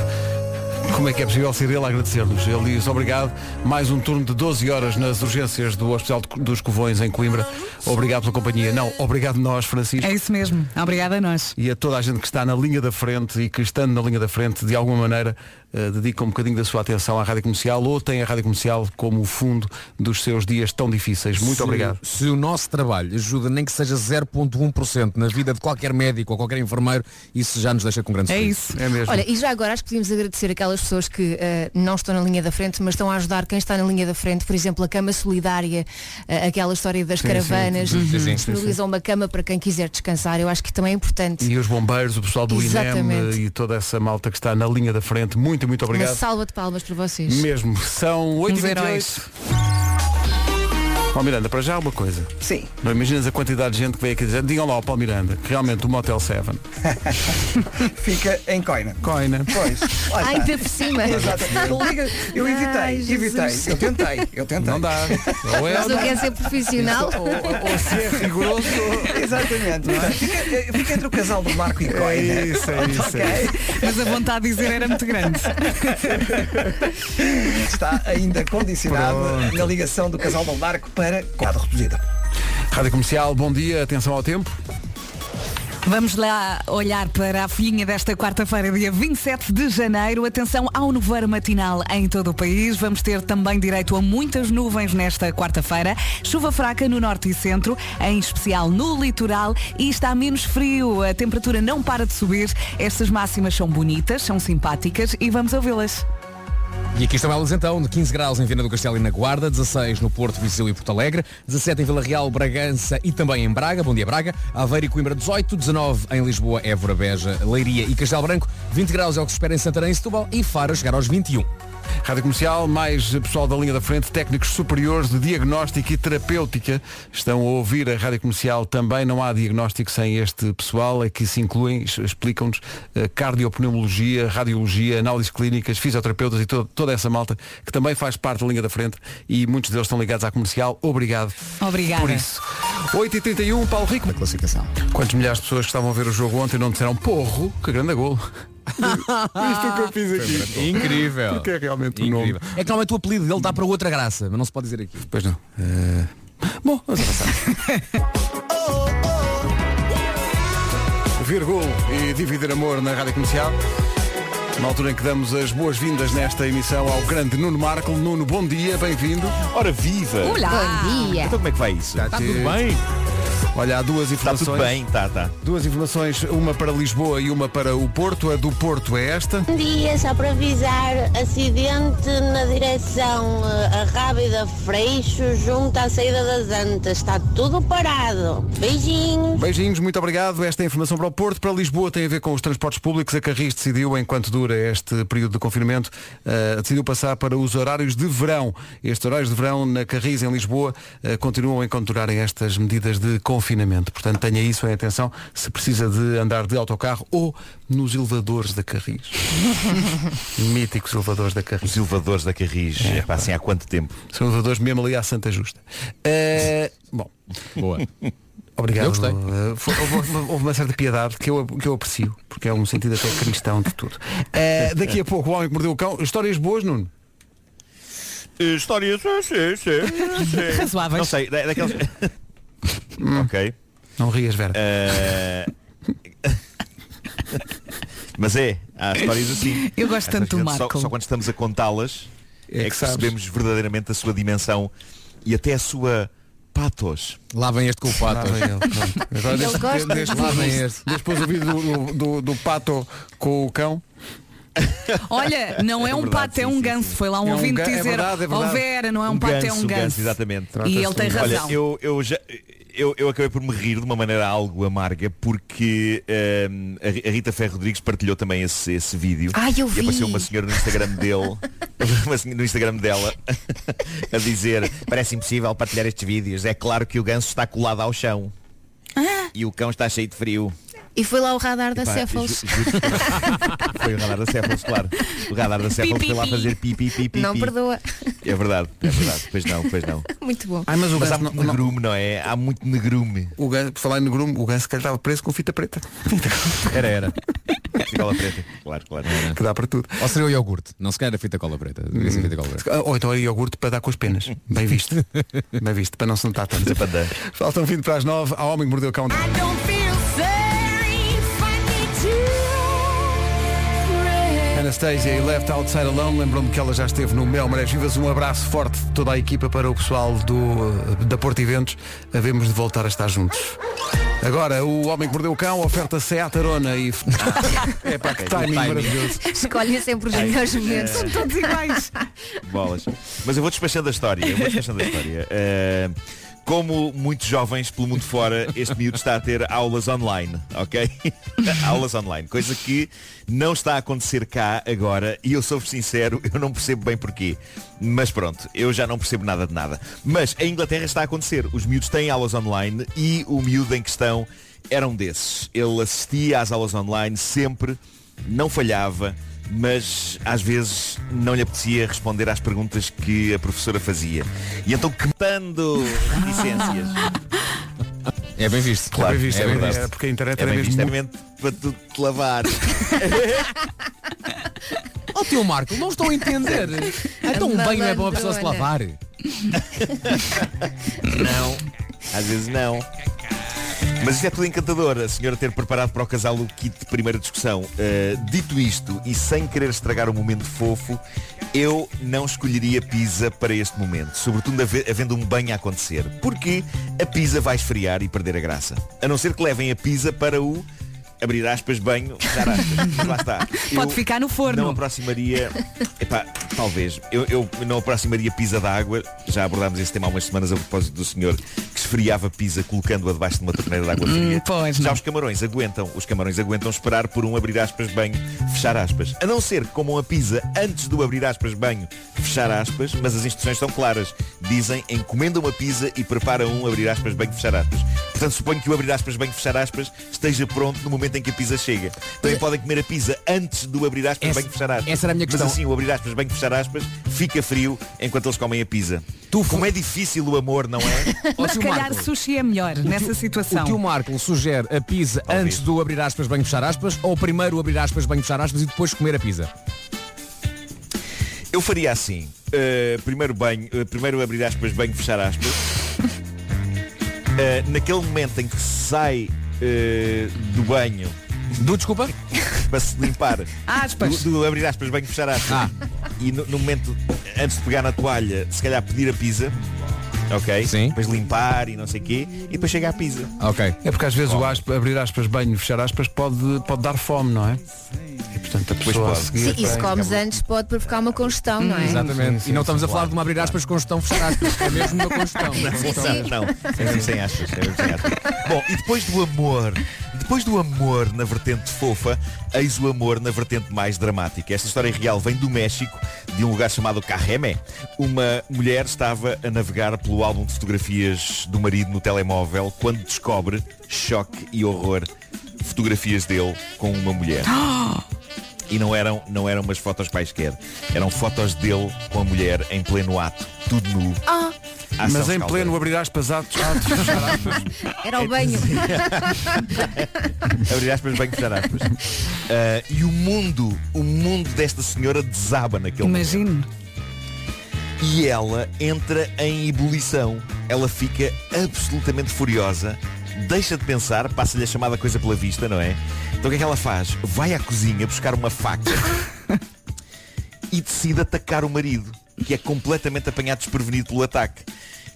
Como é que é possível ser ele a agradecer-nos? Ele diz obrigado. Mais um turno de 12 horas nas urgências do Hospital de- dos Covões, em Coimbra. Obrigado pela companhia. Não, obrigado nós, Francisco. É isso mesmo. Obrigada a nós. e a toda a gente que está na linha da frente e que estando na linha da frente, de alguma maneira, eh, dedica um bocadinho da sua atenção à Rádio Comercial ou tem a Rádio Comercial como o fundo dos seus dias tão difíceis. Muito Se- obrigado. Se o nosso trabalho ajuda nem que seja 0.1% na vida de qualquer médico ou qualquer enfermeiro, isso já nos deixa com grande É sorriso. É mesmo. Olha, e já agora acho que podíamos agradecer aquelas pessoas que eh, não estão na linha da frente, mas estão a ajudar quem está na linha da frente, por exemplo, a cama solidária, eh, aquela história das Sim, sim, caravanas, sim, sim, sim, sim, sim. disponibilizam uma cama para quem quiser descansar, eu acho que também é importante. E os bombeiros, o pessoal do INEM Exatamente. eh, e toda essa malta que está na linha da frente, muito, muito Uma obrigado. salva de palmas para vocês. Mesmo, são Uns 8 heróis. Ó Miranda, para já há uma coisa. Sim. Não imaginas a quantidade de gente que veio aqui dizer, digam lá ao Paulo Miranda, que realmente o Motel 7. Fica em coina. Coina. Pois. Lá está. Ainda <laughs> por cima. Exato. Liga- Eu evitei, Ai, evitei. Jesus. Eu tentei, eu tentei. Não dá. é Mas é? eu quero ser profissional. Oh, rigoroso. Exatamente. é? Fica, eh, fica entre o casal do Marco e Coina. É isso, é isso, é Mas a vontade de dizer era muito grande. Está ainda condicionado na ligação do casal do Marco para quadro reduzida. é Rádio Comercial, bom dia, atenção ao tempo. Vamos lá olhar para a folhinha desta quarta-feira, dia 27 de janeiro. Atenção ao nevoeiro matinal em todo o país. Vamos ter também direito a muitas nuvens nesta quarta-feira. Chuva fraca no norte e centro, em especial no litoral. E está menos frio, a temperatura não para de subir. Estas máximas são bonitas, são simpáticas e vamos ouvi-las. E aqui estão elas então, de 15 graus em Viana do Castelo e na Guarda, 16 no Porto, Viseu e Porto Alegre, 17 em Vila Real, Bragança e também em Braga, bom dia Braga, Aveiro e Coimbra 18, 19 em Lisboa, Évora, Beja, Leiria e Castelo Branco, 20 graus é o que se espera em Santarém e Setúbal e um. Faro a chegar aos 21. Rádio Comercial, mais pessoal da linha da frente, técnicos superiores de diagnóstico e terapêutica estão a ouvir a Rádio Comercial também. Não há diagnóstico sem este pessoal, aqui se incluem, es- explicam-nos, eh, cardiopneumologia, radiologia, análises clínicas, fisioterapeutas e to- toda essa malta que também faz parte da linha da frente e muitos deles estão ligados à comercial. Obrigado. Obrigada. É. Por isso. 8h31, Paulo Rico. Na classificação. Quantos milhares de pessoas que estavam a ver o jogo ontem não disseram, porro, que grande golo. <laughs> Isto é o que eu fiz aqui. Incrível. Porque é realmente o nome. Incrível. É que normalmente o apelido dele dá para outra graça, mas não se pode dizer aqui. Pois não. Eh, Bom, vamos avançar. <laughs> Virgul e Dividir Amor na Rádio Comercial. Na altura em que damos as boas-vindas nesta emissão ao grande Nuno Marco. Nuno, bom dia, bem-vindo. Ora, viva! Olá. Bom dia. Então como é que vai isso? Está, tudo bem? Olha, há duas Está informações. tudo bem, tá, tá. Duas informações, uma para Lisboa e uma para o Porto. A do Porto é esta. Bom dia, só para avisar, acidente na direção eh, a Rábida Freixo, junto à saída das Antas. Está tudo parado. Beijinhos. Beijinhos, muito obrigado. Esta é a informação para o Porto. Para Lisboa tem a ver com os transportes públicos. A Carris decidiu, enquanto dura este período de confinamento, eh, decidiu passar para os horários de verão. Estes horários de verão na Carris, em Lisboa, eh, continuam enquanto durarem estas medidas de confinamento. Portanto, tenha isso em atenção se precisa de andar de autocarro ou nos elevadores da <laughs> Carris. Míticos elevadores da Carris. Os elevadores da Carris, é, pá, assim há quanto tempo? São elevadores mesmo ali à Santa Justa. Eh, bom. Boa. Obrigado. Eu gostei. Eh, foi- houve, houve- houve uma certa piedade que eu, que eu aprecio, porque é um sentido até cristão de tudo. Eh, daqui a pouco o homem que mordeu o cão. Histórias boas, Nuno? Histórias, sim, sim, sim, sim. Razoáveis. Não sei, da, daqueles... Hum. ok. Não rias, Vera. Eh, <laughs> Mas é, há histórias assim. Eu gosto Há tanto do histórias que Marco. Só, só quando estamos a contá-las é, que, percebemos verdadeiramente a sua dimensão e até a sua patos. Lá vem este com o patos. Lá vem ele, pronto. Agora Ele deixa- gosta de deixa- dizer deixa- isso. Depois o vídeo do, do, do- do pato com o cão. Olha, não é, um pato, é um ganso. Foi lá um É um ouvinte gan- é dizer, verdade, é verdade. "Oh, Vera, não é um, pato, é um ganso. exatamente. E ele tem razão. Olha, eu, eu já... Eu, eu acabei por me rir de uma maneira algo amarga porque ehm, a Ri- a Rita Ferro Rodrigues partilhou também esse, esse vídeo Ai, eu e apareceu vi. uma senhora no Instagram dele <laughs> uma senhora no Instagram dela <laughs> a dizer parece impossível partilhar estes vídeos é claro que o ganso está colado ao chão Ah. e o cão está cheio de frio E foi lá o radar da Epá, Céfalos. ju- ju- <laughs> Foi o radar da Cephals, claro. O radar da Cephals Pi, pi, foi lá pi. fazer pi, pi, pi, pi, Não pi. perdoa. <laughs> É verdade, é verdade. Pois não, pois não. Muito bom. há muito negrume, não... é? Há muito negrume. O ganso, por falar em negrume, o ganso que estava preso com fita preta. Era, <laughs> era. Cola preta. Claro, claro. Que dá para tudo. Ou seria É o iogurte. Não se calhar era fita cola preta. Devia ser fita cola preta. Ah, Ou então era iogurte para dar com as penas. Bem <laughs> visto. Bem visto, para não se notar tanto. Faltam 20 para as 9. Há homem que mordeu o cão. Anastasia e Left Outside Alone, lembram-me que ela já esteve no Mel Marés Vivas. Um abraço forte de toda a equipa para o pessoal do, eh, da Porto Eventos. Havemos de voltar a estar juntos. Agora, o Homem que Mordeu o Cão oferta Seat Arona e... <laughs> é para que Ok, timing timing. maravilhoso. Escolhem sempre os Ai, melhores <laughs> eh, momentos. é, São todos <laughs> iguais. Bolas. Mas eu vou despachando a história. Eu vou despachando a história. Eh, como muitos jovens pelo mundo fora, este miúdo está a ter aulas online, ok? <laughs> aulas online, coisa que não está a acontecer cá agora e eu sou sincero, eu não percebo bem porquê. Mas pronto, eu já não percebo nada de nada. Mas a Inglaterra está a acontecer. Os miúdos têm aulas online e o miúdo em questão era um desses. Ele assistia às aulas online sempre, não falhava, mas às vezes não lhe apetecia responder às perguntas que a professora fazia. E então queimando reticências. É bem visto. Claro, é bem visto, é é bem verdade. visto. Era porque a internet É era bem mesmo... visto, é mesmo para tu te lavar. Ó teu Marco, não estou a <laughs> entender. Ah, Então um banho não é bom a pessoa se lavar. Malandrona. Não, às vezes não. Mas isto é tudo encantador, a senhora ter preparado para o casal o kit de primeira discussão. Uh, dito isto, e sem querer estragar o momento fofo, eu não escolheria pizza para este momento, sobretudo have- havendo um banho a acontecer, porque a pizza vai esfriar e perder a graça. A não ser que levem a pizza para o abrir aspas banho, fechar aspas. Mas lá está. Pode ficar no forno. Não aproximaria. Epá, talvez. Eu, eu não aproximaria pizza da água. Já abordámos esse tema há umas semanas a propósito do senhor que esfriava pizza colocando-a debaixo de uma torneira de água fria. Já os camarões aguentam. Os camarões aguentam esperar por um abrir aspas banho, fechar aspas. A não ser que comam a pizza antes do abrir aspas banho, fechar aspas, mas as instruções são claras. Dizem encomenda uma pizza e prepara um abrir aspas banho, fechar aspas. Portanto, suponho que o abrir aspas banho, fechar aspas esteja pronto no momento em que a pizza chega. Também podem comer a pizza antes do abrir aspas Essa- banho, fechar aspas. essa era a minha questão. Mas assim, o abrir aspas banho, fechar aspas fica frio enquanto eles comem a pizza. Como é difícil o amor, <laughs> não é? Mas se calhar sushi é melhor nessa situação. O tio Marco sugere a pizza antes do abrir aspas, banho fechar aspas, ou primeiro abrir aspas, banho fechar aspas e depois comer a pizza. Eu faria assim. Uh, primeiro banho, uh, primeiro abrir aspas, banho, fechar aspas. Uh, naquele momento em que sai uh, do banho. Do desculpa? para se limpar. Aspas. Do, do abrir aspas, banho, fechar aspas. E no, no momento, antes de pegar na toalha, se calhar pedir a pizza. ok? Sim. Depois limpar e não sei o quê, e depois chega à pizza. Ok. É porque às vezes o aspas, abrir aspas, banho, fechar aspas, pode, pode dar fome, não é? E portanto a pessoa a pode. seguir. e se tem- comes antes pode provocar uma congestão, não é? Exatamente. Sim, e sim, não estamos sim, a falar claro, de uma abrir aspas com gestão fechar aspas. É mesmo uma congestão. Não, é mesmo sem aspas. é mesmo sem aspas. Bom, e depois do amor, depois do amor na vertente fofa, eis o amor na vertente mais dramática. Esta história real vem do México, de um lugar chamado Carremé. Uma mulher estava a navegar pelo álbum de fotografias do marido no telemóvel quando descobre, choque e horror, fotografias dele com uma mulher. E não eram, não eram umas fotos quaisquer. Eram fotos dele com a mulher em pleno ato, tudo nu. Ah, Ação <laughs> Mas em escaldante. pleno abrir aspas, atos, atos, fechar aspas. era o banho. Abrir aspas, bem fechar aspas. Ah, e o mundo, o mundo desta senhora desaba naquele Imagino. E ela entra em ebulição. Ela fica absolutamente furiosa, deixa de pensar, passa-lhe a chamada coisa pela vista, não é? Então o que é que ela faz? Vai à cozinha buscar uma faca e decide atacar o marido, que é completamente apanhado desprevenido pelo ataque.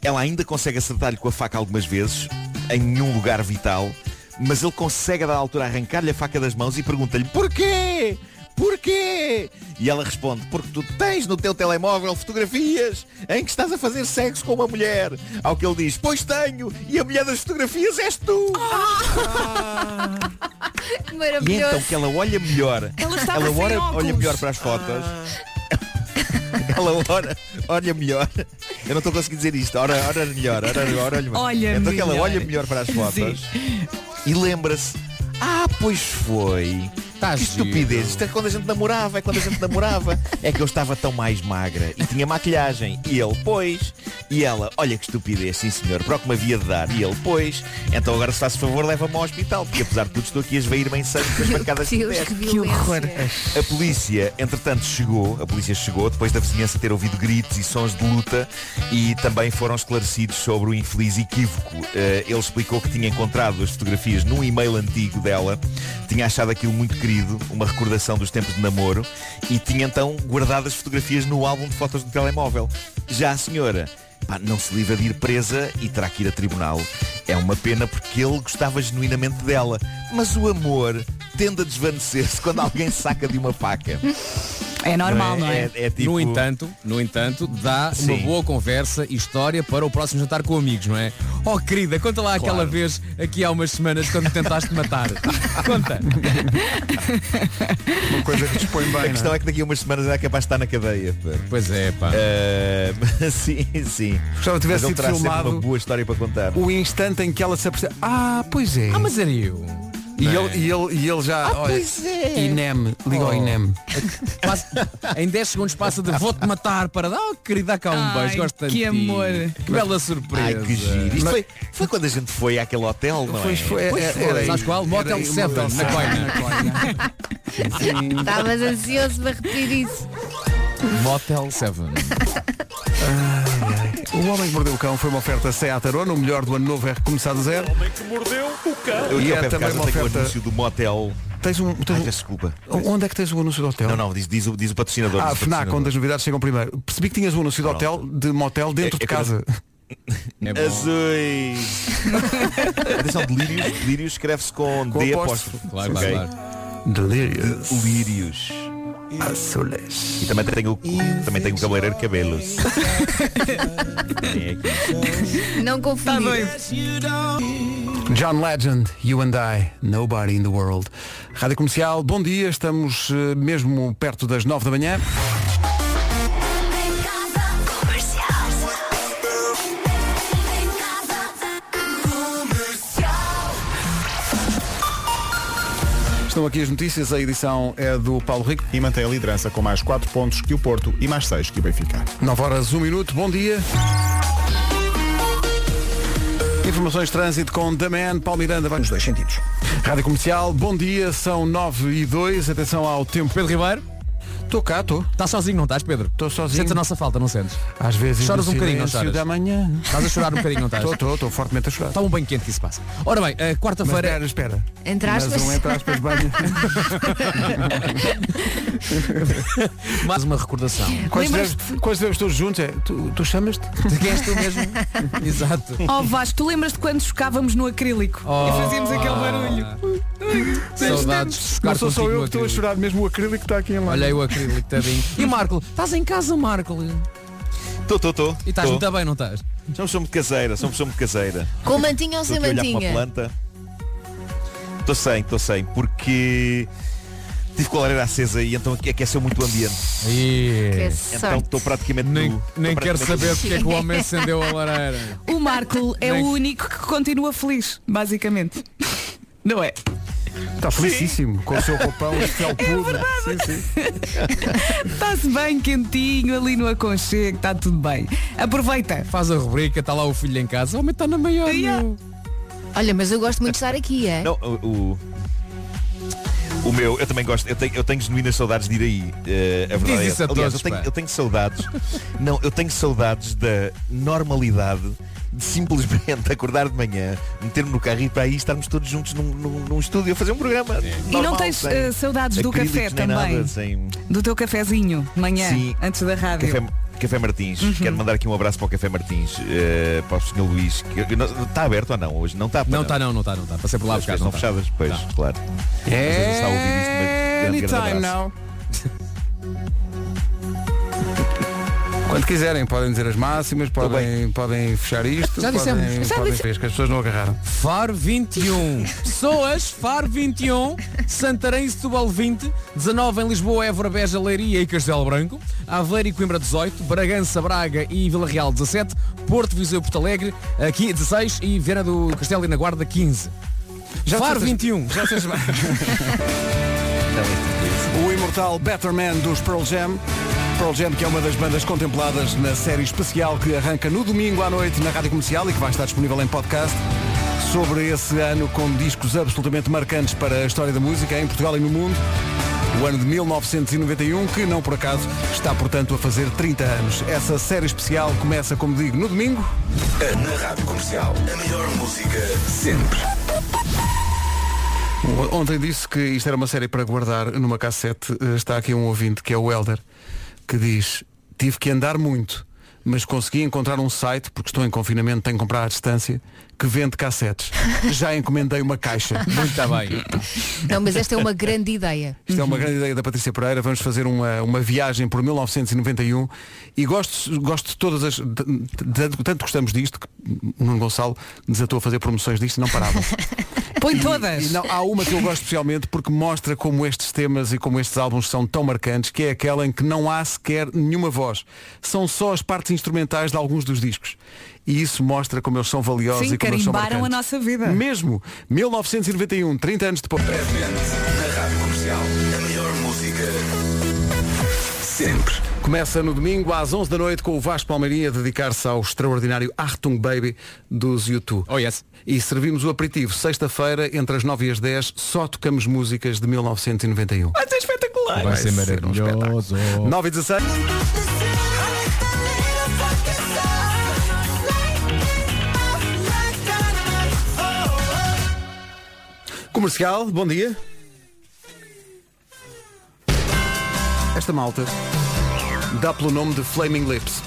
Ela ainda consegue acertar-lhe com a faca algumas vezes, em nenhum lugar vital, mas ele consegue a dada altura arrancar-lhe a faca das mãos e pergunta-lhe Porquê? Porquê? E ela responde, porque tu tens no teu telemóvel fotografias em que estás a fazer sexo com uma mulher. Ao que ele diz, pois tenho, e a mulher das fotografias és tu. E então Maravilhoso. que ela olha melhor. Ela estava sem olha, óculos. Ah. olha melhor para as fotos. Ela olha, olha melhor. Eu não estou conseguindo dizer isto. Ora, ora melhor, ora, ora, olha melhor. Olha então que ela melhor. olha melhor para as fotos e lembra-se. Ah, pois foi. Tá que estupidez. Isto é quando a gente namorava, é quando a gente namorava. É que eu estava tão mais magra e tinha maquilhagem. E ele, pois. E ela, olha que estupidez, sim senhor, para o que me havia de dar. E ele, pois. Então agora se faz favor, leva-me ao hospital. Porque apesar de tudo estou aqui a esvair bem sangue com as bancadas que me Deus, deste." que horror. A polícia, entretanto, chegou, a polícia chegou, depois da vizinhança ter ouvido gritos e sons de luta e também foram esclarecidos sobre o infeliz equívoco. Eh, ele explicou que tinha encontrado as fotografias num e-mail antigo dela, tinha achado aquilo muito querido, uma recordação dos tempos de namoro, e tinha então guardado as fotografias no álbum de fotos do telemóvel. Já a senhora. pá, não se livra de ir presa e terá que ir a tribunal. É uma pena porque ele gostava genuinamente dela. Mas o amor tende a desvanecer-se quando alguém saca de uma <laughs> faca. É normal, não Não é? é? é tipo- No entanto, no entanto, dá Sim. uma boa conversa e história para o próximo jantar com amigos, não é? Oh querida, conta lá aquela vez aqui há umas semanas quando me tentaste matar. conta. Uma coisa que dispõe bem. A questão não é que daqui a umas semanas é capaz de estar na cadeia. Ah, Pois é, pá. <laughs> sim, sim. Gostava que tivesse Mas sido ele terá sempre filmado uma boa história para contar. O instante em que ela se apercebe. Ah, pois é. Ah, mas era eu. E, ele, e, ele, e ele já. Ah, olha, pois é. INEM, liga ao Oh. INEM. Passa- em 10 segundos passa de vou-te matar para dar, oh, querida, cá um Ai, beijo, gosto tanto que de ti. amor. Que bela surpresa. Ai, que giro. Isto é foi, foi quando a gente foi àquele hotel, não Pois é? foi, Pois é- foi. era- Sabes qual? Motel era- Seven, Motel na Seven, Coina. na Estavas ansioso para repetir isso. Motel 7. O Homem que Mordeu o Cão foi uma oferta Seat Arona, o melhor do ano novo é recomeçar do zero. que mordeu o cão. Eu E aqui é ao pé de também casa uma tenho o oferta- anúncio do motel. Tens um. Tens Ai, um- peço desculpa. Onde é que tens o anúncio do hotel? Não, não, diz, diz, o- diz o patrocinador. Ah, diz o FNAC, patrocinador. onde as novidades chegam primeiro. Percebi que tinhas um anúncio de hotel, de motel, dentro É- de é que eu- casa. <laughs> É Azuis. Atenção, delírios, delírios escreve-se com, Com D apóstrofe. apóstrofe. Claro, ok? claro, Delírios. Delírios. Azules. E também tenho, também tenho o cabeleireiro <laughs> de cabelos. Também é aqui. Não confundir. John Legend, You and I, Nobody in the World. Rádio Comercial, bom dia, estamos eh, mesmo perto das 9 da manhã. Estão aqui as notícias, a edição é do Paulo Rico. E mantém a liderança com mais 4 pontos que o Porto e mais 6 que o Benfica. 9 horas, 1 minuto, bom dia. Informações de trânsito com The Man, Paulo Miranda, vai nos dois sentidos. Rádio Comercial, bom dia, são 9 e 2, atenção ao tempo. Pedro Ribeiro? Estou cá, estou. Estás Tá sozinho, não estás, Pedro? Estou sozinho. Sentes a nossa falta, não sentes? Às vezes Choras no um bocadinho, não silêncio choras? da manhã. Estás a chorar um bocadinho, não estás? Estou, estou, estou fortemente a chorar. Está um banho quente que isso passa. Ora bem, a quarta-feira... Mas um é espera, espera. Entre Mas aspas. um entre aspas banho. Mais uma recordação. Quando estivemos- quando estivemos todos juntos, é, tu, tu chamas-te? Tu és tu <laughs> mesmo? Exato. Oh Vasco, tu lembras-te quando chocávamos no acrílico Oh. Ah. e fazíamos aquele barulho? <laughs> Saudades. Não sou só eu que estou a chorar, mesmo o acrílico está aqui em lá. Olhei o acrílico, tadinho. E Marco, estás em casa, Marco? Estou, estou, estou. E estás muito bem, não estás? Sou uma pessoa muito caseira, sou uma pessoa muito caseira. Com mantinha ou Estou sem aqui a olhar para uma mantinha? planta. Estou sem, estou sem, porque tive com a lareira acesa e então aqueceu muito o ambiente. é Que Então sorte. estou praticamente nu. Nem Estou quero praticamente saber nu. porque é que o homem acendeu a lareira. O Marco é Nem- o único que continua feliz, <laughs> basicamente. Não é? Está felicíssimo com o seu roupão, o seu puro. é? Sim, sim. Está-se bem quentinho ali no aconchego, está tudo bem. Aproveita. Faz a rubrica, está lá o filho em casa. O homem está na maior. meu. Olha, mas eu gosto muito de estar aqui, é? Não, o, o, o meu, eu também gosto, eu tenho, eu tenho genuínas saudades de ir aí. eh, a verdade é isso a essa. todos, Aliás, eu tenho, pá. eu tenho saudades. <laughs> não, eu tenho saudades da normalidade de simplesmente <laughs> acordar de manhã, meter-me no carro e ir para aí estarmos todos juntos num, num, num estúdio a fazer um programa. E normal, não tens sem eh, saudades do acrílicos café nem nada, também? sem- Do teu cafezinho, de manhã, Sim. antes da rádio. Café, Café Martins, Uhum. quero mandar aqui um abraço para o Café Martins, eh, para o Sr. Luís. que- que não- Está aberto ou não? Hoje não está. Não está, não, não está, não está. Passei por lá As buscar. coisas não estão está. fechadas, pois, claro. Vocês estão a ouvir isto, mas é grande, grande É, Anytime abraço. now. Quando quiserem, podem dizer as máximas, podem, podem fechar isto. Já dissemos. Podem, Já podem disse- ver, que as pessoas não agarraram. Faro 21, Soas, Faro 21, Santarém e Setúbal 20, 19 em Lisboa, Évora, Beja, Leiria e Castelo Branco, Aveiro e Coimbra 18, Bragança, Braga e Vila Real 17, Porto, Viseu e Porto Alegre aqui 16 e Viana do Castelo e na Guarda 15. Já Faro disseste- 21. já disseste- O imortal Better Man dos Pearl Jam. Pearl Jam, que é uma das bandas contempladas na série especial que arranca no domingo à noite na Rádio Comercial e que vai estar disponível em podcast. Sobre esse ano com discos absolutamente marcantes para a história da música em Portugal e no mundo. O ano de 1991, que não por acaso está, portanto, a fazer 30 anos. Essa série especial começa, como digo, no domingo. Na rádio comercial, a melhor música sempre. O- Ontem disse que isto era uma série para guardar numa cassete. Eh, Está aqui um ouvinte, que é o Helder, que diz, tive que andar muito, mas consegui encontrar um site, porque estou em confinamento, tenho que comprar à distância, que vende <laughs> cassetes. Já encomendei uma caixa. Muito bem. Não, mas esta é uma grande ideia. Isto é uma grande ideia da Patrícia Pereira. Vamos fazer uma, uma viagem por 1991 e gosto, gosto de todas as. de- de- de- tanto gostamos disto que Nuno Gonçalo desatou a fazer promoções disto e não parava. Põe E- todas. e não, há uma que eu gosto especialmente porque mostra como estes temas e como estes álbuns são tão marcantes, que é aquela em que não há sequer nenhuma voz. São só as partes instrumentais de alguns dos discos. E isso mostra como eles são valiosos Sim, e como eles são carimbaram a marcantes. nossa vida. Mesmo 1991, 30 um, anos depois. Na rádio comercial, a melhor música sempre. Começa no domingo às 11 da noite com o Vasco Palmeirinha a dedicar-se ao extraordinário Achtung Baby dos YouTube. Oh yes. E servimos o aperitivo sexta-feira entre as 9 e as 10, só tocamos músicas de 1991. Mas é espetacular. Vai ser maravilhoso. 9 um e 16. Comercial, bom dia. Esta malta dá pelo nome de Flaming Lips.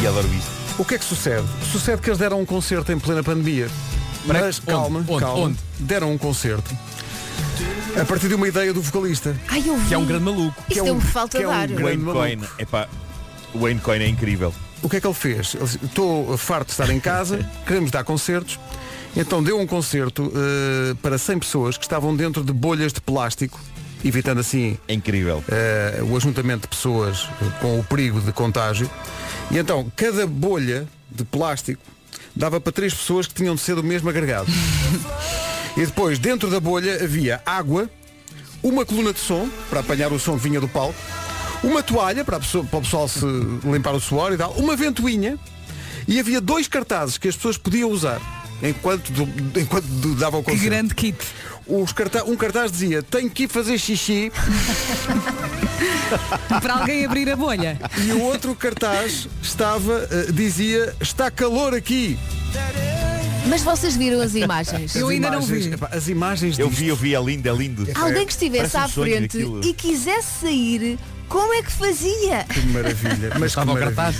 Ih, adoro isto. O que é que sucede? Sucede que eles deram um concerto em plena pandemia. Para- Mas onde? calma, Onde? calma. Onde? Deram um concerto. A partir de uma ideia do vocalista. Ai, eu vi. Que é um grande maluco. que é Isto deu-me um- falta que de é um ar. grande- Wayne maluco. Coyne, epá, o Wayne Coyne é incrível. O que é que ele fez? Ele disse, Estou farto de estar em casa, <laughs> queremos dar concertos. Então deu um concerto eh, para 100 pessoas que estavam dentro de bolhas de plástico, evitando assim É incrível. eh, o ajuntamento de pessoas eh, com o perigo de contágio. E então cada bolha de plástico dava para três pessoas que tinham de ser do mesmo agregado. e depois dentro da bolha havia água, uma coluna de som para apanhar o som que vinha do palco, uma toalha para, a pessoa- para o pessoal se limpar o suor e tal, uma ventoinha e havia dois cartazes que as pessoas podiam usar enquanto, do- enquanto do- dava o Que concerto. grande kit. Os carta- um cartaz dizia, tenho que ir fazer xixi, Para alguém abrir a bolha. E o outro cartaz estava, eh, dizia, está calor aqui. Mas vocês viram as imagens? epá, as imagens Eu vi, eu vi, é lindo, é lindo. Alguém que estivesse Parece um à sonho frente aquilo. e quisesse sair, como é que fazia? Que maravilha. Mas estava cartaz.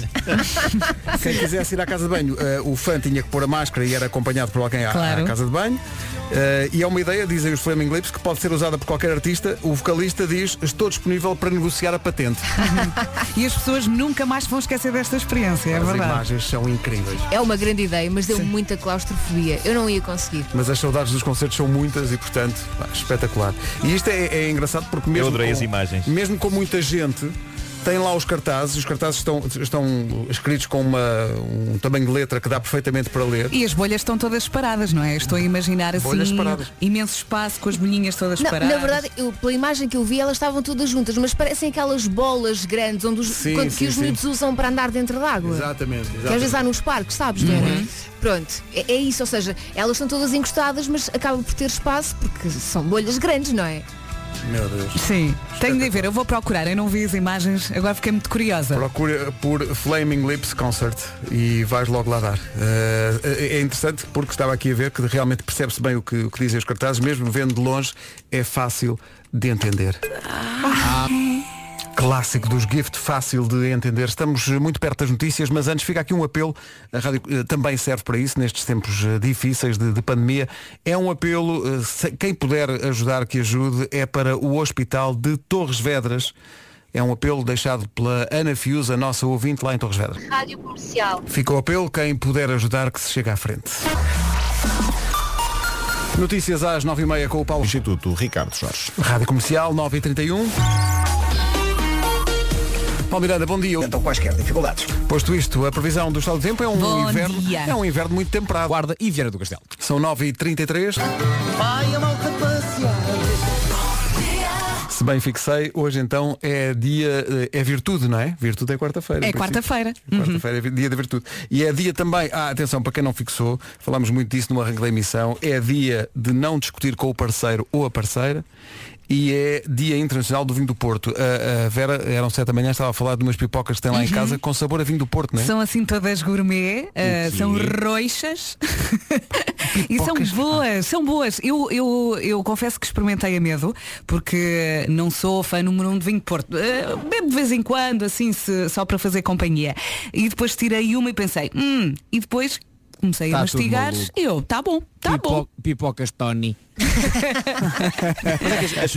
<laughs> Quem quisesse ir à casa de banho, eh, o fã tinha que pôr a máscara e era acompanhado por alguém à, Claro. à casa de banho. Eh, e é uma ideia, dizem os Flaming Lips, que pode ser usada por qualquer artista. O vocalista diz, estou disponível para negociar a patente. e as pessoas nunca mais vão esquecer desta experiência, é As verdade. imagens são incríveis. É uma grande ideia, mas deu muita claustrofobia. Eu não ia conseguir. Mas as saudades dos concertos são muitas e, portanto, pá, espetacular. E isto é, é engraçado porque mesmo. adorei com, as imagens. Mesmo com muita gente. Tem lá os cartazes, os cartazes estão, estão escritos com uma, um tamanho de letra que dá perfeitamente para ler. E as bolhas estão todas paradas, não é? Estou a imaginar assim Bolhas paradas. imenso espaço com as bolhinhas todas Não, paradas. na verdade, eu, pela imagem que eu vi, elas estavam todas juntas, mas parecem aquelas bolas grandes onde os, Sim, quando- sim, que os sim. miúdos usam para andar dentro de água. Exatamente, Que às vezes há exatamente. Uhum. nos parques, sabes, não é? Pronto, é, é isso, ou seja, elas são todas encostadas, mas acabam por ter espaço porque são bolhas grandes, não é? Meu Deus. Sim, tenho de ver, eu vou procurar, eu não vi as imagens, agora fiquei muito curiosa. É Procura por Flaming Lips Concert e vais logo lá dar. Eh, é interessante porque estava aqui a ver que realmente percebe-se bem o que, o que dizem os cartazes, mesmo vendo de longe, é fácil de entender. Clássico dos Gift, fácil de entender. Estamos eh, muito perto das notícias, mas antes fica aqui um apelo. A rádio eh, também serve para isso nestes tempos eh, difíceis de, de pandemia. É um apelo, eh, se- quem puder ajudar, que ajude, é para o Hospital de Torres Vedras. É um apelo deixado pela Ana Fius, a nossa ouvinte lá em Torres Vedras. Rádio Comercial. Fica o apelo, quem puder ajudar, que se chegue à frente. Notícias às 9h30 com o Paulo. Instituto Ricardo Jorge. Rádio Comercial, 9h31. Paulo Miranda, bom dia. Então quaisquer dificuldades. Posto isto, a previsão do estado do tempo é um Bom inverno. dia. É um inverno muito temperado. Guarda e Vieira do Castelo. São 9h33. Vai a malta Se bem fixei, hoje então é dia, eh, é virtude, não é? Virtude é quarta-feira. É em princípio. quarta-feira. Quarta-feira é vi- dia da virtude. E é dia também, ah, atenção, para quem não fixou, falámos muito disso no arranque da emissão, é dia de não discutir com o parceiro ou a parceira e é dia internacional do vinho do Porto. A, a Vera, eram sete da manhã, estava a falar de umas pipocas que tem lá em Uhum. casa com sabor a vinho do Porto, não é? São assim todas gourmet, eh, quê? são roixas <laughs> e são boas, são boas. Eu, eu, eu confesso que experimentei a medo, porque não sou fã número um de vinho de Porto. Eh, bebo de vez em quando, assim, se- só para fazer companhia. E depois tirei uma e pensei, hum, e depois comecei a Tá tudo mastigar. maluco. Eu, tá bom, tá bom. Pipocas Tony. Mas é que as, as-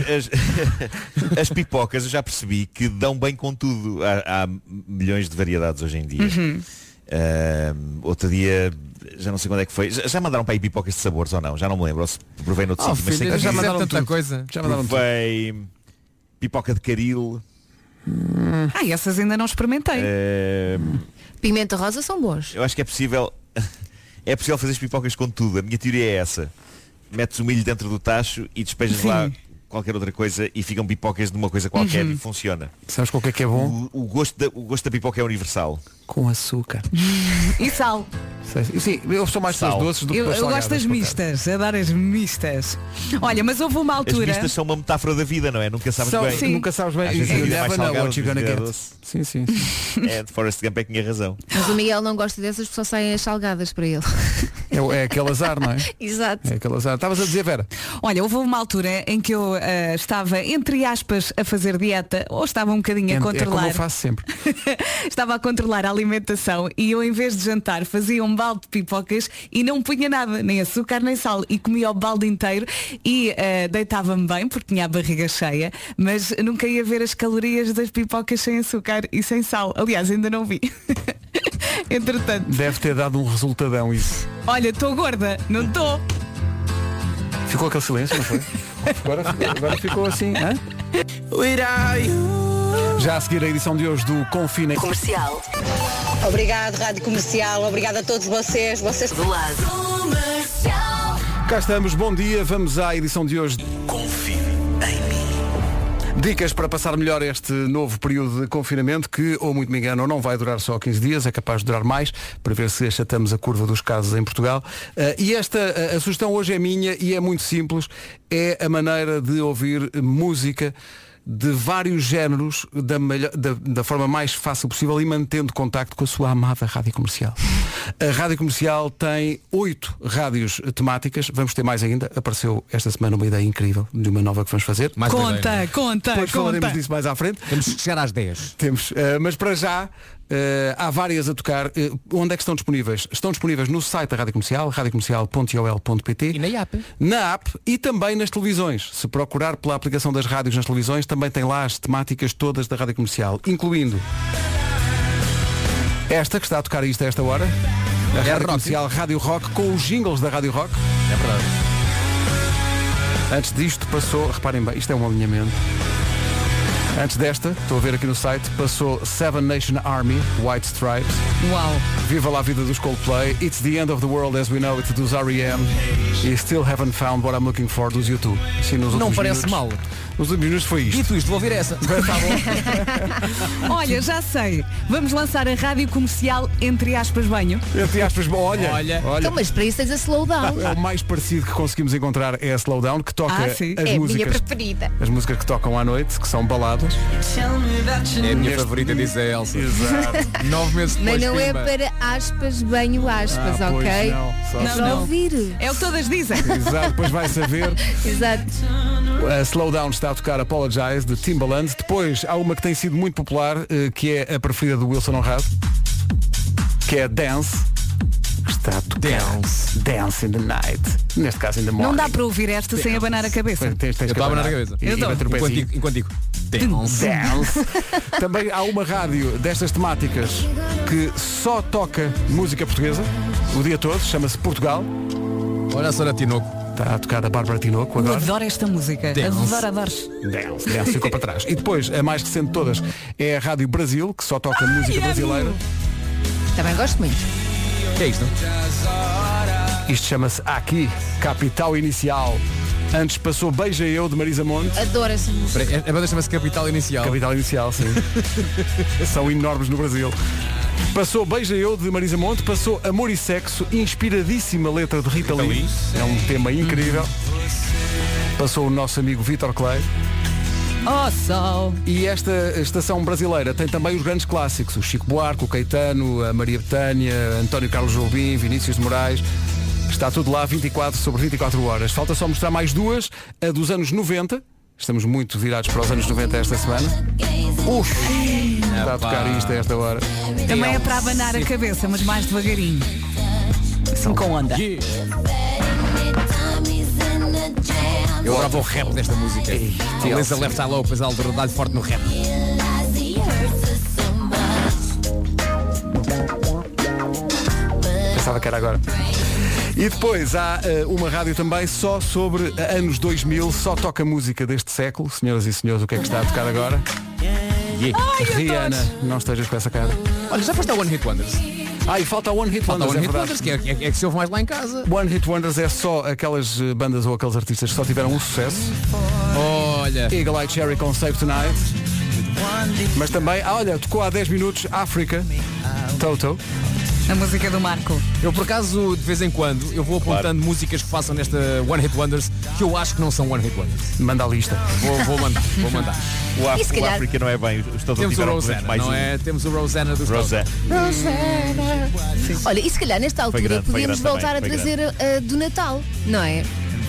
as- <laughs> as pipocas eu já percebi que dão bem com tudo. Há, há milhões de variedades hoje em dia. Uhum. Ahm, outro dia, já não sei quando é que foi. Já, já mandaram para aí pipocas de sabores ou não? Já não me lembro. Ou se provei noutro Oh, sítio, mas sei filho, que é já mandaram tanta coisa. Já mandaram tudo. provei pipoca de caril. Ah, essas ainda não experimentei. É, ahm, Pimenta rosa são boas. eh, eu acho que é possível. <laughs> É possível fazer as pipocas com tudo. A minha teoria é essa. Metes o milho dentro do tacho e despejas Sim. lá qualquer outra coisa e ficam pipocas de uma coisa qualquer Uhum. e funciona. Sabes qual que é que é bom? O, o gosto da, o gosto da pipoca é universal. Com açúcar. <laughs> E sal. Sei- Sim, eu sou mais Sal. das doces do que Eu, das eu gosto das salgadas, por acaso. mistas, adoro as mistas. Olha, mas houve uma altura. As vistas são uma metáfora da vida, não é? Nunca sabes São, bem. sim. Nunca sabes bem. Às vezes a You vida é mais never know salgada, what you're às vezes gonna get. é doce. Sim, sim. É, de Forrest Gump é que tinha razão. Mas o Miguel não gosta dessas, só saem as salgadas para ele. É, o- é aquele azar, <laughs> não é? <laughs> Exato. É aquele azar. Estavas a dizer, Vera? Olha, houve uma altura em que eu ah, estava, entre aspas, a fazer dieta, ou estava um bocadinho É- a É como controlar. eu faço sempre. estava a controlar a alimentação e eu em vez de jantar fazia um balde de pipocas e não punha nada, nem açúcar nem sal e comia o balde inteiro e eh, deitava-me bem porque tinha a barriga cheia, mas nunca ia ver as calorias das pipocas sem açúcar e sem sal. Aliás, ainda não vi. <laughs> Entretanto, Deve ter dado um resultadão isso. olha, estou gorda, não estou. Ficou aquele silêncio, não foi? Agora, ficou- agora ficou assim, hã? Já a seguir a edição de hoje do Confina. Comercial. Obrigado, Rádio Comercial. Obrigado a todos vocês. Vocês do lado. Comercial. Cá estamos, bom dia, vamos à edição de hoje. Confine em mim. Dicas para passar melhor este novo período de confinamento que, ou muito me engano, não vai durar só 15 dias, é capaz de durar mais, para ver se achatamos a curva dos casos em Portugal. Ah, e esta ah, a sugestão hoje é minha e é muito simples, é a maneira de ouvir música de vários géneros da, melho- da- da forma mais fácil possível e mantendo contacto com a sua amada rádio comercial. A rádio comercial tem oito rádios temáticas, vamos ter mais ainda. Apareceu esta semana uma ideia incrível de uma nova que vamos fazer. Conta, conta, Depois falaremos conta. disso mais à frente. Temos que chegar às 10. Temos. Eh, mas para já, eh, há várias a tocar. Eh, onde é que estão disponíveis? Estão disponíveis no site da Rádio Comercial, radiocomercial.ol.pt e na app. Na app e também nas televisões. Se procurar pela aplicação das rádios nas televisões, também tem lá as temáticas todas da Rádio Comercial, incluindo esta que está a tocar isto a esta hora. A Rádio Comercial Rádio Rock com os jingles da Rádio Rock. É verdade. Antes disto passou, reparem bem, isto é um alinhamento. Antes desta, estou a ver aqui no site, passou Seven Nation Army, White Stripes. Uau! Viva lá a vida dos Coldplay, It's the End of the World as We Know It dos R.E.M. e Still Haven't Found What I'm Looking For dos U2. Sim, nos Não últimos parece minutos- mal. Nos últimos minutos foi isto. Dito isto, vou ouvir essa. tá Olha, já sei. Vamos lançar a rádio comercial entre aspas banho. Entre aspas, bom, olha, olha. Então, mas para isso tens a slowdown. É o mais parecido que conseguimos encontrar é a Slowdown, que toca Ah, as sim. É a minha músicas. preferida. As músicas que tocam à noite, que são baladas. É a minha Neste- favorita, diz a Elsa. Exato. Nove meses Mas depois. não é pimba. para aspas, banho, aspas, Ah, pois ok? não, só É se para não. ouvir. É o que todas dizem. Exato, depois vai saber. Exato. A Slowdown está a tocar Apologize de Timbaland. Depois há uma que tem sido muito popular, eh, que é a preferida do Wilson Honrado, que é Dance. que Está a tocar. Dance. Dance in the night. Neste caso in the morning. Não dá para ouvir esta sem abanar a cabeça. Pois, Tens, tens <laughs> Eu que estava na abanar. cabeça. E- e Então, bater o enquanto pezinho. digo- enquanto digo, Dance. <laughs> Também há uma rádio destas temáticas que só toca música portuguesa o dia todo, chama-se Portugal. <laughs> Olha a Sara Tinoco. Está a tocar a Bárbara Tinoco Eu agora. adoro esta música. Dance. Adoro, adoro. Dance, dance ficou para trás. E depois, a mais recente de todas, é a Rádio Brasil, que só toca música amo! brasileira. Também gosto muito. Que é isto? Isto chama-se Aqui, Capital Inicial. Antes passou Beija Eu, de Marisa Monte. Adoro essa música. Espera aí, é, A banda chama-se Capital Inicial. Capital Inicial, <laughs> sim. São enormes no Brasil. Passou Beija Eu, de Marisa Monte. Passou Amor e Sexo, inspiradíssima letra de Rita Lee. Uhum. É um tema incrível. Passou o nosso amigo Vitor Clay. Oh, sol. E esta estação brasileira tem também os grandes clássicos, o Chico Buarque, o Caetano, a Maria Betânia, António Carlos Jobim, Vinícius de Moraes. Está tudo lá 24 sobre 24 horas. Falta só mostrar mais duas, a dos anos 90. Estamos muito virados para os anos 90 esta semana. Uf, está a tocar isto a esta hora. Também é para abanar a cabeça, mas mais devagarinho. Assim com onda. Eu adorava o rap desta música. A Lisa é Left Eye Lopez, a altura dá-lhe forte no rap. Pensava que era agora. E depois há eh, uma rádio também só sobre anos 2000, só toca música deste século. Senhoras e senhores, o que é que está a tocar agora? Ai, eu Rihanna, não estejas com essa cara. Olha, já foste a One Hit Wonders. Ah, e falta a One Hit Falta Wonders, One é Hit verdade. Wonders, que é, é- é que se ouve mais lá em casa. One Hit Wonders é só aquelas eh, bandas ou aqueles artistas que só tiveram um sucesso. Olha. Eagle Eye Cherry com Save Tonight. Mas também, ah, olha, tocou há 10 minutos África. Toto. A música do Marco. Eu por acaso, de vez em quando, eu vou apontando músicas que façam nesta One Hit Wonders que eu acho que não são One Hit Wonders. Manda a lista. Vou, vou mandar, vou <laughs> mandar. O, Af E se o calhar- África não é bem. Os Stones Temos o tiveram Rosanna, mais não um. é? Temos o Rosanna dos Rosanna. Olha, e se calhar nesta altura grande, foi podíamos grande voltar também, a foi trazer a, do Natal, não é?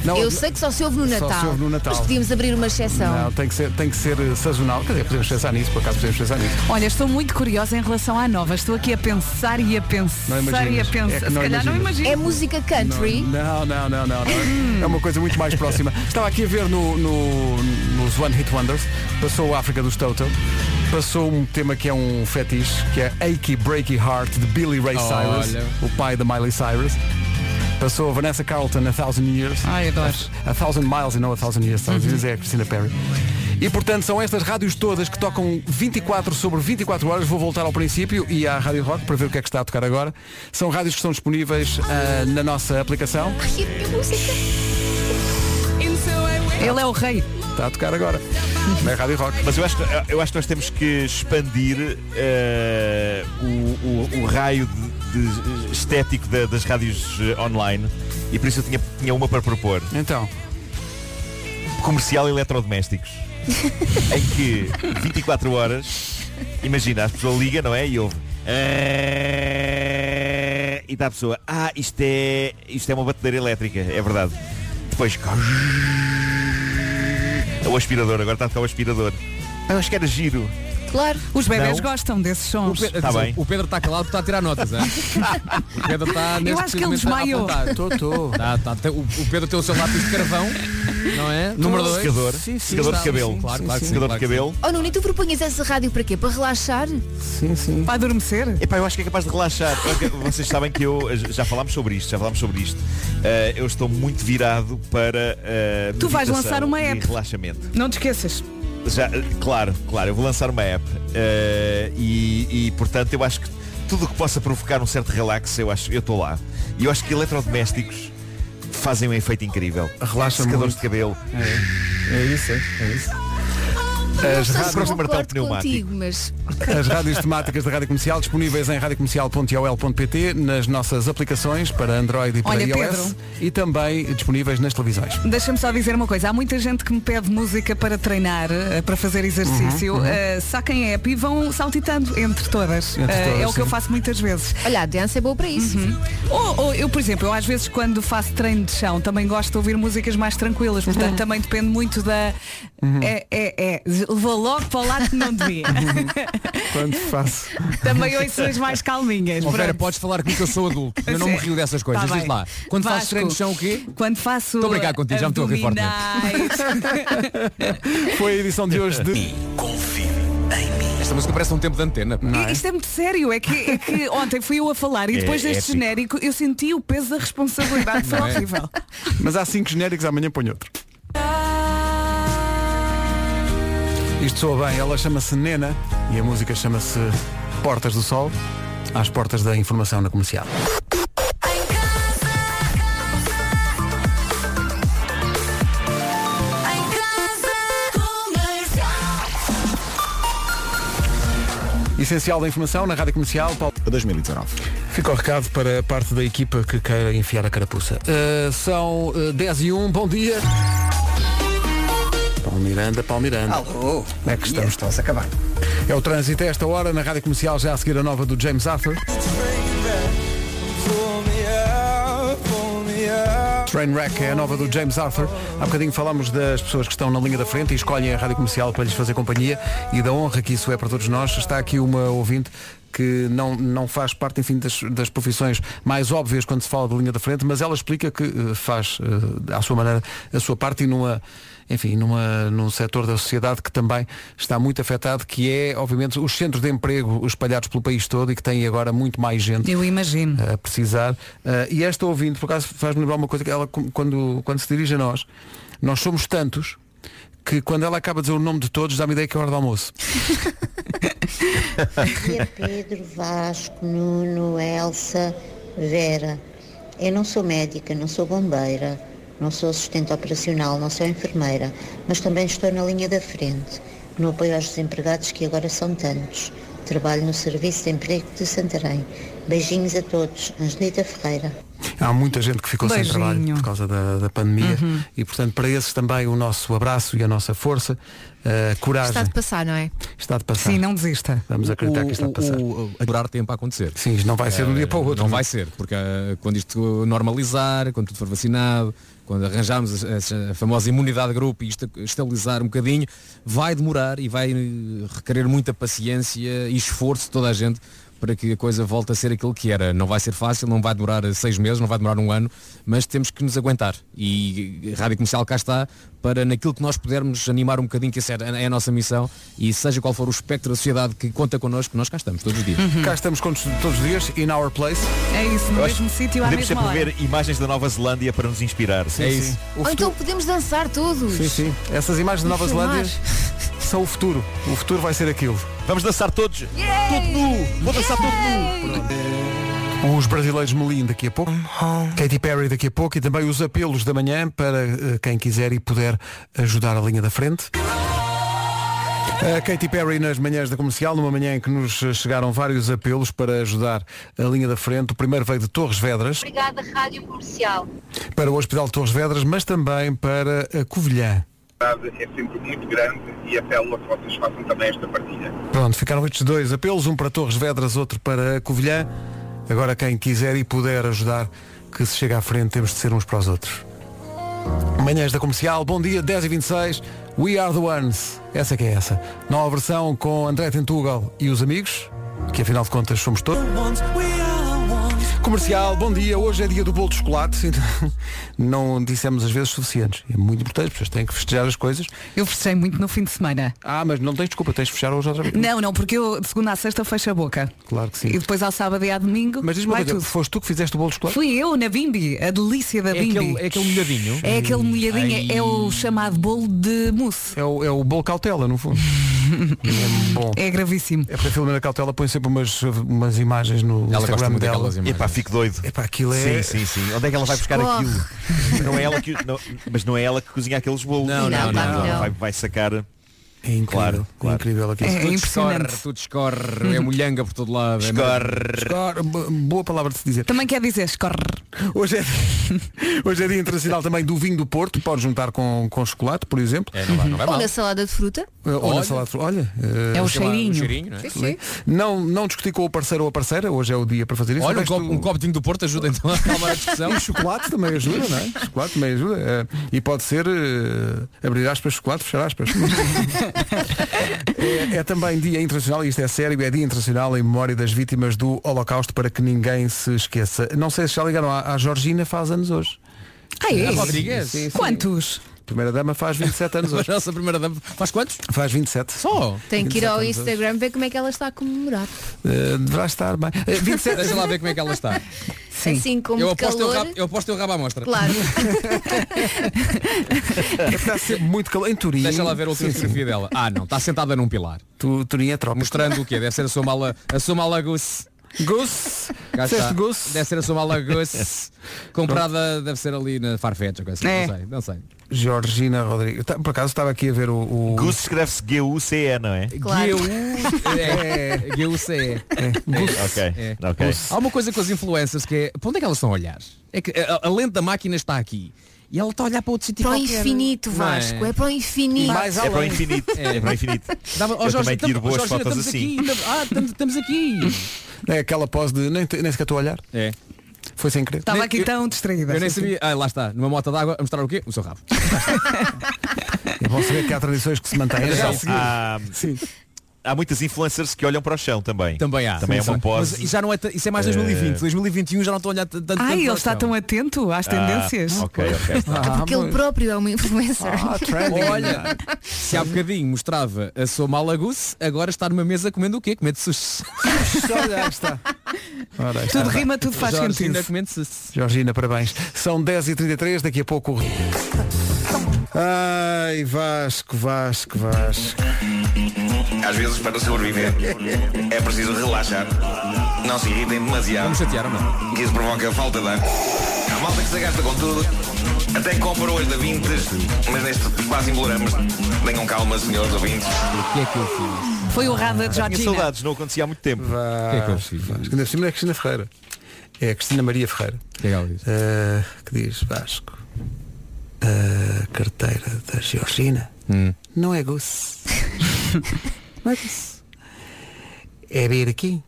Não, eu não- sei que só se ouve no só se Natal. ouve no Natal. Mas podíamos abrir uma exceção. Não, tem que ser, tem que ser eh, sazonal. Quer dizer, podemos pensar nisso, por acaso podemos pensar nisso. Olha, estou muito curiosa em relação à nova. Estou aqui a pensar e a pensar Não imaginas. e a pensar. É que Se não calhar não imaginas. imagino. É música country. Não, não, não, não, não. É uma coisa muito mais próxima. Estava aqui a ver no, no- nos One Hit Wonders, passou a África dos Toto, passou um tema que é um fetiche, que é Achy Breaky Heart de Billy Ray Cyrus, Olha. o pai da Miley Cyrus. Passou a Vanessa Carlton, A Thousand Years. Ai, adoro. A, a Thousand Miles e não A Thousand Years. A Thousand Years é a Christina Perry. E portanto são estas rádios todas que tocam 24 sobre 24 horas. Vou voltar ao princípio e à Rádio Rock para ver o que é que está a tocar agora. São rádios que estão disponíveis ah, na nossa aplicação. Ele é o rei. Está a tocar agora. Na Rádio Rock. Mas eu acho, que- eu acho que nós temos que expandir eh, o, o- o raio de- de estético da- das rádios eh, online e por isso eu tinha, tinha uma para propor. Então. comercial eletrodomésticos. em que 24 horas, imagina, as pessoas ligam, não é? E ouve. "Eh", E está a pessoa, ah, isto é, isto é uma batedeira elétrica, é verdade. Depois. É o aspirador, agora está a ficar o aspirador. "Ah, Eu acho que era giro. Claro. Os bebés Não. gostam desses sons. Pedro- Tá atenção, bem. O Pedro está calado porque está a tirar notas, é? O Pedro está Eu neste acho que ele precisamente a desmaiou. apontar. Tô, tô. Tá, tá. Tem- o, o Pedro tem o seu lápis de carvão, não é? Número 2. Secador. Secador de cabelo. Claro, claro. Sim, sim. que sim, Secador claro de que sim. cabelo. Oh Nuno, e tu propunhas essa rádio para quê? Para relaxar? Sim, sim. Para adormecer? Epá, eu acho que é capaz de relaxar. Porque Vocês sabem que eu eh, já falámos sobre isto, já falámos sobre isto. Eh, eu estou muito virado para eh, Tu vais meditação lançar uma e app. relaxamento. Não te esqueças. Já, eh, claro, claro, eu vou lançar uma app eh, e, e, portanto eu acho que tudo o que possa provocar um certo relax, eu acho, eu estou lá. E eu acho que eletrodomésticos fazem um efeito incrível. Relaxa Secadores muito. de cabelo. É, isso, é isso. Não As sei se rádios- concordo contigo, mas... As rádios temáticas da Rádio Comercial disponíveis em radiocomercial.iol.pt nas nossas aplicações para Android e para Olha, iOS Pedro. e também disponíveis nas televisões. Deixa-me só dizer uma coisa, há muita gente que me pede música para treinar, eh, para fazer exercício, Uhum, uhum. Eh, saquem a app e vão saltitando entre todas. Entre Eh, é todas, o que eu sim. faço muitas vezes. Olha, a dança é boa para isso. Ou, ou eu, por exemplo, eu às vezes quando faço treino de chão também gosto de ouvir músicas mais tranquilas, portanto Uhum. também depende muito da. É, é, é. Levou logo para o lado que <laughs> não devia. Quando faço. também ouço as mais calminhas. Ó, Vera, pronto. podes falar comigo que eu sou adulto. Eu não me rio dessas coisas. Tá Diz bem. lá. Quando fazes Vasco, treino de chão, o quê? Quando faço. Estou a brincar contigo, já me estou a rir forte. abdominais. Foi a edição de hoje de. Esta música parece um tempo de antena. pá. E Isto é muito sério, é que, é que ontem fui eu a falar e É depois deste épico. genérico eu senti o peso da responsabilidade, foi Não é? horrível. Mas há cinco genéricos, amanhã ponho outro. Isto soa bem, ela chama-se Nena e a música chama-se Portas do Sol, às portas da informação na comercial. Essencial da informação na Rádio Comercial, Paulo. 2019. Fica o recado para a parte da equipa que queira enfiar a carapuça. Uh, são uh, 10 e 1, bom dia. Paulo Miranda, Paulo Miranda. Alô. Como é que estamos? Estão-se a acabar. É o trânsito a esta hora, na Rádio Comercial, já a seguir a nova do James Arthur. Trainwreck é a nova do James Arthur. Há bocadinho falámos das pessoas que estão na linha da frente e escolhem a Rádio Comercial para lhes fazer companhia e da honra que isso é para todos nós. Está aqui uma ouvinte que não, não faz parte, enfim, das, das profissões mais óbvias quando se fala da linha da frente, mas ela explica que eh, faz, eh, à sua maneira, a sua parte e numa, enfim, numa, num setor da sociedade que também está muito afetado, que é, obviamente, os centros de emprego espalhados pelo país todo e que têm agora muito mais gente Eu imagino. a precisar. Eh, e esta ouvinte, por acaso, faz-me lembrar uma coisa que ela, com- quando, quando se dirige a nós, nós somos tantos que quando ela acaba de dizer o nome de todos, dá-me ideia que é hora do almoço. Maria Pedro, Vasco, Nuno, Elsa, Vera. Eu não sou médica, não sou bombeira, não sou assistente operacional, não sou enfermeira, mas também estou na linha da frente, no apoio aos desempregados que agora são tantos. Trabalho no Serviço de Emprego de Santarém. Beijinhos a todos. Angelita Ferreira. Há muita gente que ficou sem Beijinho. trabalho por causa da, da pandemia Uhum. e, portanto, para esses também o nosso abraço e a nossa força, eh, coragem. Está de passar, não é? Está de passar. Sim, não desista. Vamos acreditar que está a passar. O, o, durar tempo a acontecer. Sim, isto não vai ser de um dia para o outro. Não vai ser, porque eh, quando isto normalizar, quando tudo for vacinado, quando arranjarmos a, essa famosa imunidade de grupo e isto estabilizar um bocadinho, vai demorar e vai eh, requerer muita paciência e esforço de toda a gente para que a coisa volte a ser aquilo que era. Não vai ser fácil, não vai demorar eh, seis meses, não vai demorar um ano, mas temos que nos aguentar. E eh, a Rádio Comercial cá está para naquilo que nós pudermos animar um bocadinho, que essa é a- é a nossa missão, e seja qual for o espectro da sociedade que conta connosco, nós cá estamos todos os dias. Cá estamos com todos os dias, in our place. É isso, Eu acho que Podemos sempre ver imagens da Nova Zelândia para nos inspirar. Sim, sim. Ou então podemos dançar todos. Sim, sim. Essas imagens da Nova Vamos filmar. Zelândia são o futuro. O futuro vai ser aquilo. Vamos dançar todos. Todo nu. Vou dançar todo Os brasileiros Melim daqui a pouco, Katy Perry daqui a pouco e também os apelos da manhã para eh, quem quiser e puder ajudar a linha da frente. A Katy Perry nas manhãs da comercial, numa manhã em que nos chegaram vários apelos para ajudar a linha da frente. O primeiro veio de Torres Vedras Obrigada, Rádio Comercial. para o Hospital de Torres Vedras, mas também para a Covilhã. é sempre muito grande e apelo a que vocês façam também esta partilha. Pronto, ficaram estes dois apelos, um para Torres Vedras, outro para Covilhã. Agora quem quiser e puder ajudar, que se chega à frente, temos de ser uns para os outros. Manhãs da Comercial, bom dia, 10h26, We Are The Ones, essa que é essa. Nova versão com André Tentugal e os amigos, que afinal de contas somos todos. Comercial, bom dia. Hoje é dia do bolo de chocolate. <laughs> Não dissemos às vezes suficientes. É muito importante, as pessoas têm que festejar as coisas. Eu festejei muito no fim de semana. Ah, mas não tens desculpa, tens de fechar hoje outra vez. Não, não, porque eu de segunda à sexta fecho a boca. Claro que sim. E depois ao sábado e à domingo Mas diz-me uma vai coisa, tudo. foste tu que fizeste o bolo de chocolate? Fui eu na Bimbi, a delícia da É Bimbi. aquele- é aquele molhadinho? É aquele molhadinho, Ai. é o chamado bolo de mousse. É o, é o bolo cautela, no fundo. é bom. É gravíssimo. É porque a Filomena Cautela põe sempre umas, umas imagens no Ela gosta Instagram muito dela. daquelas imagens. Epá, fico doido. Epá, aquilo é... Sim, sim, sim. Onde é que ela vai buscar Escorre. aquilo? Não é ela que, não- mas não é ela que cozinha aqueles bolos. Não, não, Não, não, não. não. Vai, vai sacar. É incrível. Claro, claro. incrível É tudo escorre, tudo Hum. escorre, é molhanga por todo lado. é Escorre. Escorre, bo- boa palavra de se dizer. Também quer dizer escorre. Hoje é, <laughs> hoje é dia internacional também do vinho do Porto. Pode juntar com, com chocolate, por exemplo. É, não vai, Ou na salada de fruta. Olha, olha, salada, olha eh, É o cheirinho. O cheirinho, não é? Sim, sim. Não, não discutir com o parceiro ou a parceira, hoje é o dia para fazer isso. Olha, O um copo, um copo de vinho do Porto ajuda então <laughs> a calmar a discussão. E o chocolate também ajuda, não é? Chocolate também ajuda. eh, e pode ser eh, abrir aspas, chocolate, fechar <laughs> aspas. é, é também dia internacional, e isto é sério, é dia internacional em memória das vítimas do Holocausto para que ninguém se esqueça. Não sei se já ligaram à, à Georgina, faz anos hoje. Ah, é? A Rodrigues? Sim, sim. Quantos? Primeira dama faz 27 anos hoje. A nossa primeira dama <laughs> faz quantos? Faz 27. Só? Tem que ir ao Instagram ver como é que ela está a comemorar. deverá estar bem. Eh, 27 Deixa lá ver como é que ela está. Sim. Assim, com eu muito aposto eu calor. rabo, eu aposto eu rabo à mostra. Claro. Está sempre muito calor. Em Turim. Deixa lá ver a última Sim, sim. fotografia dela. Ah, não, está sentada num pilar. Tu, Turim é tropa. Mostrando o quê? Deve ser a sua mala, a sua mala Goose. Goose? Cá Disseste está. Deve ser a sua mala <laughs> Goose. Comprada, deve ser ali na Farfetch ou coisa assim. É. Não sei, não sei. Georgina Rodrigues. Tá- Por acaso estava aqui a ver o. o... Goose escreve-se G-U-C-E, não é? Claro. <laughs> É, é, GUCE. Ok, ok. Há uma coisa com as influencers que é, para onde é que elas estão a olhar? É que a, a lente da máquina está aqui. E ela está a olhar para outro sítio Para o qualquer. infinito, Não é? Vasco. É para o infinito. Mais além. É para o infinito. Dava- ó, Eu Jorge, também tiro tamo- boas Jorgina, fotos estamos assim. aqui, ainda- ah, estamos- estamos aqui. É aquela pose de nem, nem sequer estou a olhar. É. Foi sem querer. Estava aqui tão distraída. Eu nem Sim, sabia. Ah, lá está, numa mota d'água, a mostrar o quê? O seu rabo. É bom saber que há tradições que se mantêm. Atenção, Já a seguir. há, Ah, há muitas influencers que olham para o chão também. Também há. Também é uma pose. Mas isso já não é, ta- isso é mais É. 2020. 2021 já não estou a olhar t- tanto. Ai, tanto ele para o está chão. tão atento às tendências. ok, ok. Ah, porque ele próprio é uma influencer. Ah. Olha, se há bocadinho mostrava a sua malaguce, agora está numa mesa comendo o quê? Comendo sushi. Olha, está. Ora, aí está. Tudo rima, tudo faz Jorge, sentido. ainda comendo sushi. Georgina, parabéns. São 10h33, daqui a pouco. o- Ai, Vasco, Vasco, Vasco. Às vezes, para sobreviver, é preciso relaxar. Não se irritem demasiado. Não chatearam, não. Que isso provoca falta de ar. A malta que se gasta com tudo. Até compra hoje da Vintes, mas neste quase imploramos. Tenham calma, senhores ouvintes. O que é que eu fiz? Foi o Rada Ah, de Tinha Jorgina. saudades, não acontecia há muito tempo. Vasco, Vasco. Ainda por cima não é Cristina Ferreira. É a Cristina Maria Ferreira. Que é que ela diz? Ah, que diz Vasco. A carteira da Georgina Hum. não é <laughs> goose. não é goose. É vir aqui.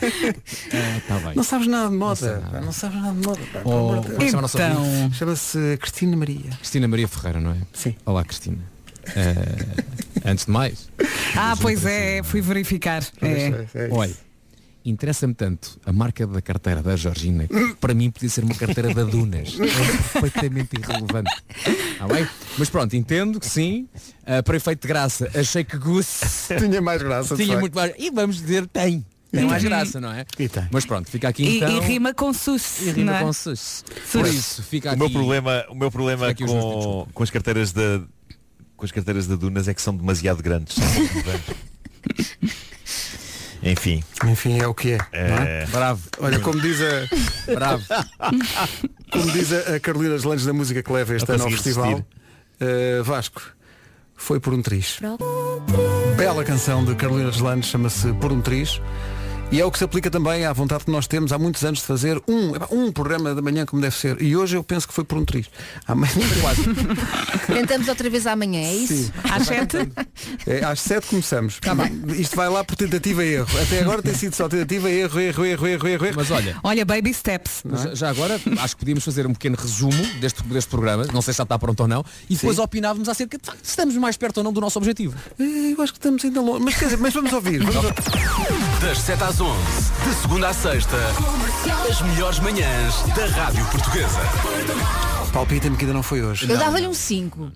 Está Tá bem. Não sabes nada de moda. pá, Não sabes nada de moda. pá, pelo Oh, amor de como é Deus. que chama a nossa Então. ouvinte? Chama-se Cristina Maria. Cristina Maria Ferreira, não é? Sim. Olá, Cristina. Eh, antes de mais, Ah, pois é, fui verificar. É. olha, interessa-me tanto a marca da carteira da Georgina, que para mim podia ser uma carteira da Dunas. É perfeitamente irrelevante. Está bem? Mas pronto, entendo que sim. Ah, para efeito de graça, achei que Goose tinha mais graça. Tinha muito mais. E vamos dizer, tem. Tem mais graça, não é? Mas pronto, fica aqui E, então. e rima com sus. E rima não é? com sus. Por isso, fica o aqui. meu problema, o meu problema aqui os meus dedos, com, com as carteiras da com as carteiras da Dunas é que são demasiado grandes. são muito grandes. <laughs> Enfim. Enfim, é o que é. não é? eh, Bravo. Olha, como diz a. Bravo. Como diz a a Carolina Gelandes da música que leva este Não ano ao consegui festival, eh, Vasco, foi por um triz. Bela canção de Carolina Gelandes, chama-se Por um Triz. E é o que se aplica também à vontade que nós temos há muitos anos de fazer um, epá, um programa da manhã como deve ser. E hoje eu penso que foi por um triz. Amanhã quase. Tentamos outra vez amanhã, é isso? Sim. Às sete? Tá É, às 7 começamos. Isto vai lá por tentativa e erro. Até agora tem sido só tentativa, erro, erro, erro, erro, erro. erro. Mas olha, Olha, baby steps. não é? Mas já agora, acho que podíamos fazer um pequeno resumo deste, deste programa, não sei se já está pronto ou não, e depois opinávamos acerca de facto, se estamos mais perto ou não do nosso objetivo. Eh, Eu acho que estamos ainda longe. Mas, quer dizer, mas vamos ouvir. Vamos ouvir. Das 7 às 11, de segunda à sexta, as melhores manhãs da Rádio Portuguesa. Palpita-me que ainda não foi hoje. Eu dava-lhe um 5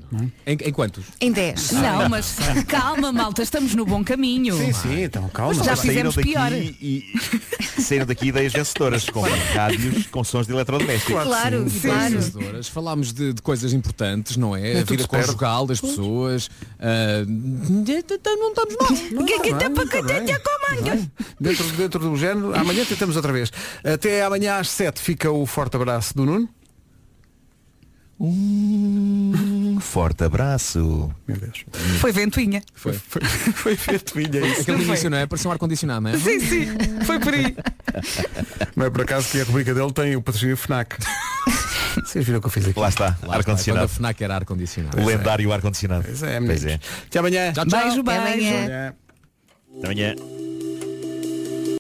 Em, em quantos? em 10. Não, mas calma, malta, estamos no bom caminho. Sim, sim, então calma. um. Mas já Saíram fizemos daqui pior. e saíram daqui ideias vencedoras com rádios, com sons de eletrodomésticos. Claro, Sim, claro. senhoras, Falámos de, de coisas importantes, não é? É a tudo vida esperto. conjugal das pessoas. ah, não estamos mal. Que- que tá bem, tá bem. Dentro, dentro do género, amanhã tentamos outra vez. Até amanhã às 7 fica o forte abraço do Nuno. Um forte abraço. Meu Deus. Foi ventoinha. Foi. Foi, foi ventoinha isso. Aquele Não foi. início, não é? Parecia um ar-condicionado, não é? Sim, sim, foi por aí. Não é por acaso que a rubrica dele tem o patrocínio <laughs> FNAC. Vocês viram o que eu fiz aqui? Lá está, Quando a ar-condicionado. FNAC era ar-condicionado. O lendário ar-condicionado. é. Pois é, meninos. é, Até amanhã. Tchau, tchau. Beijo, Até beijo. amanhã. Até amanhã.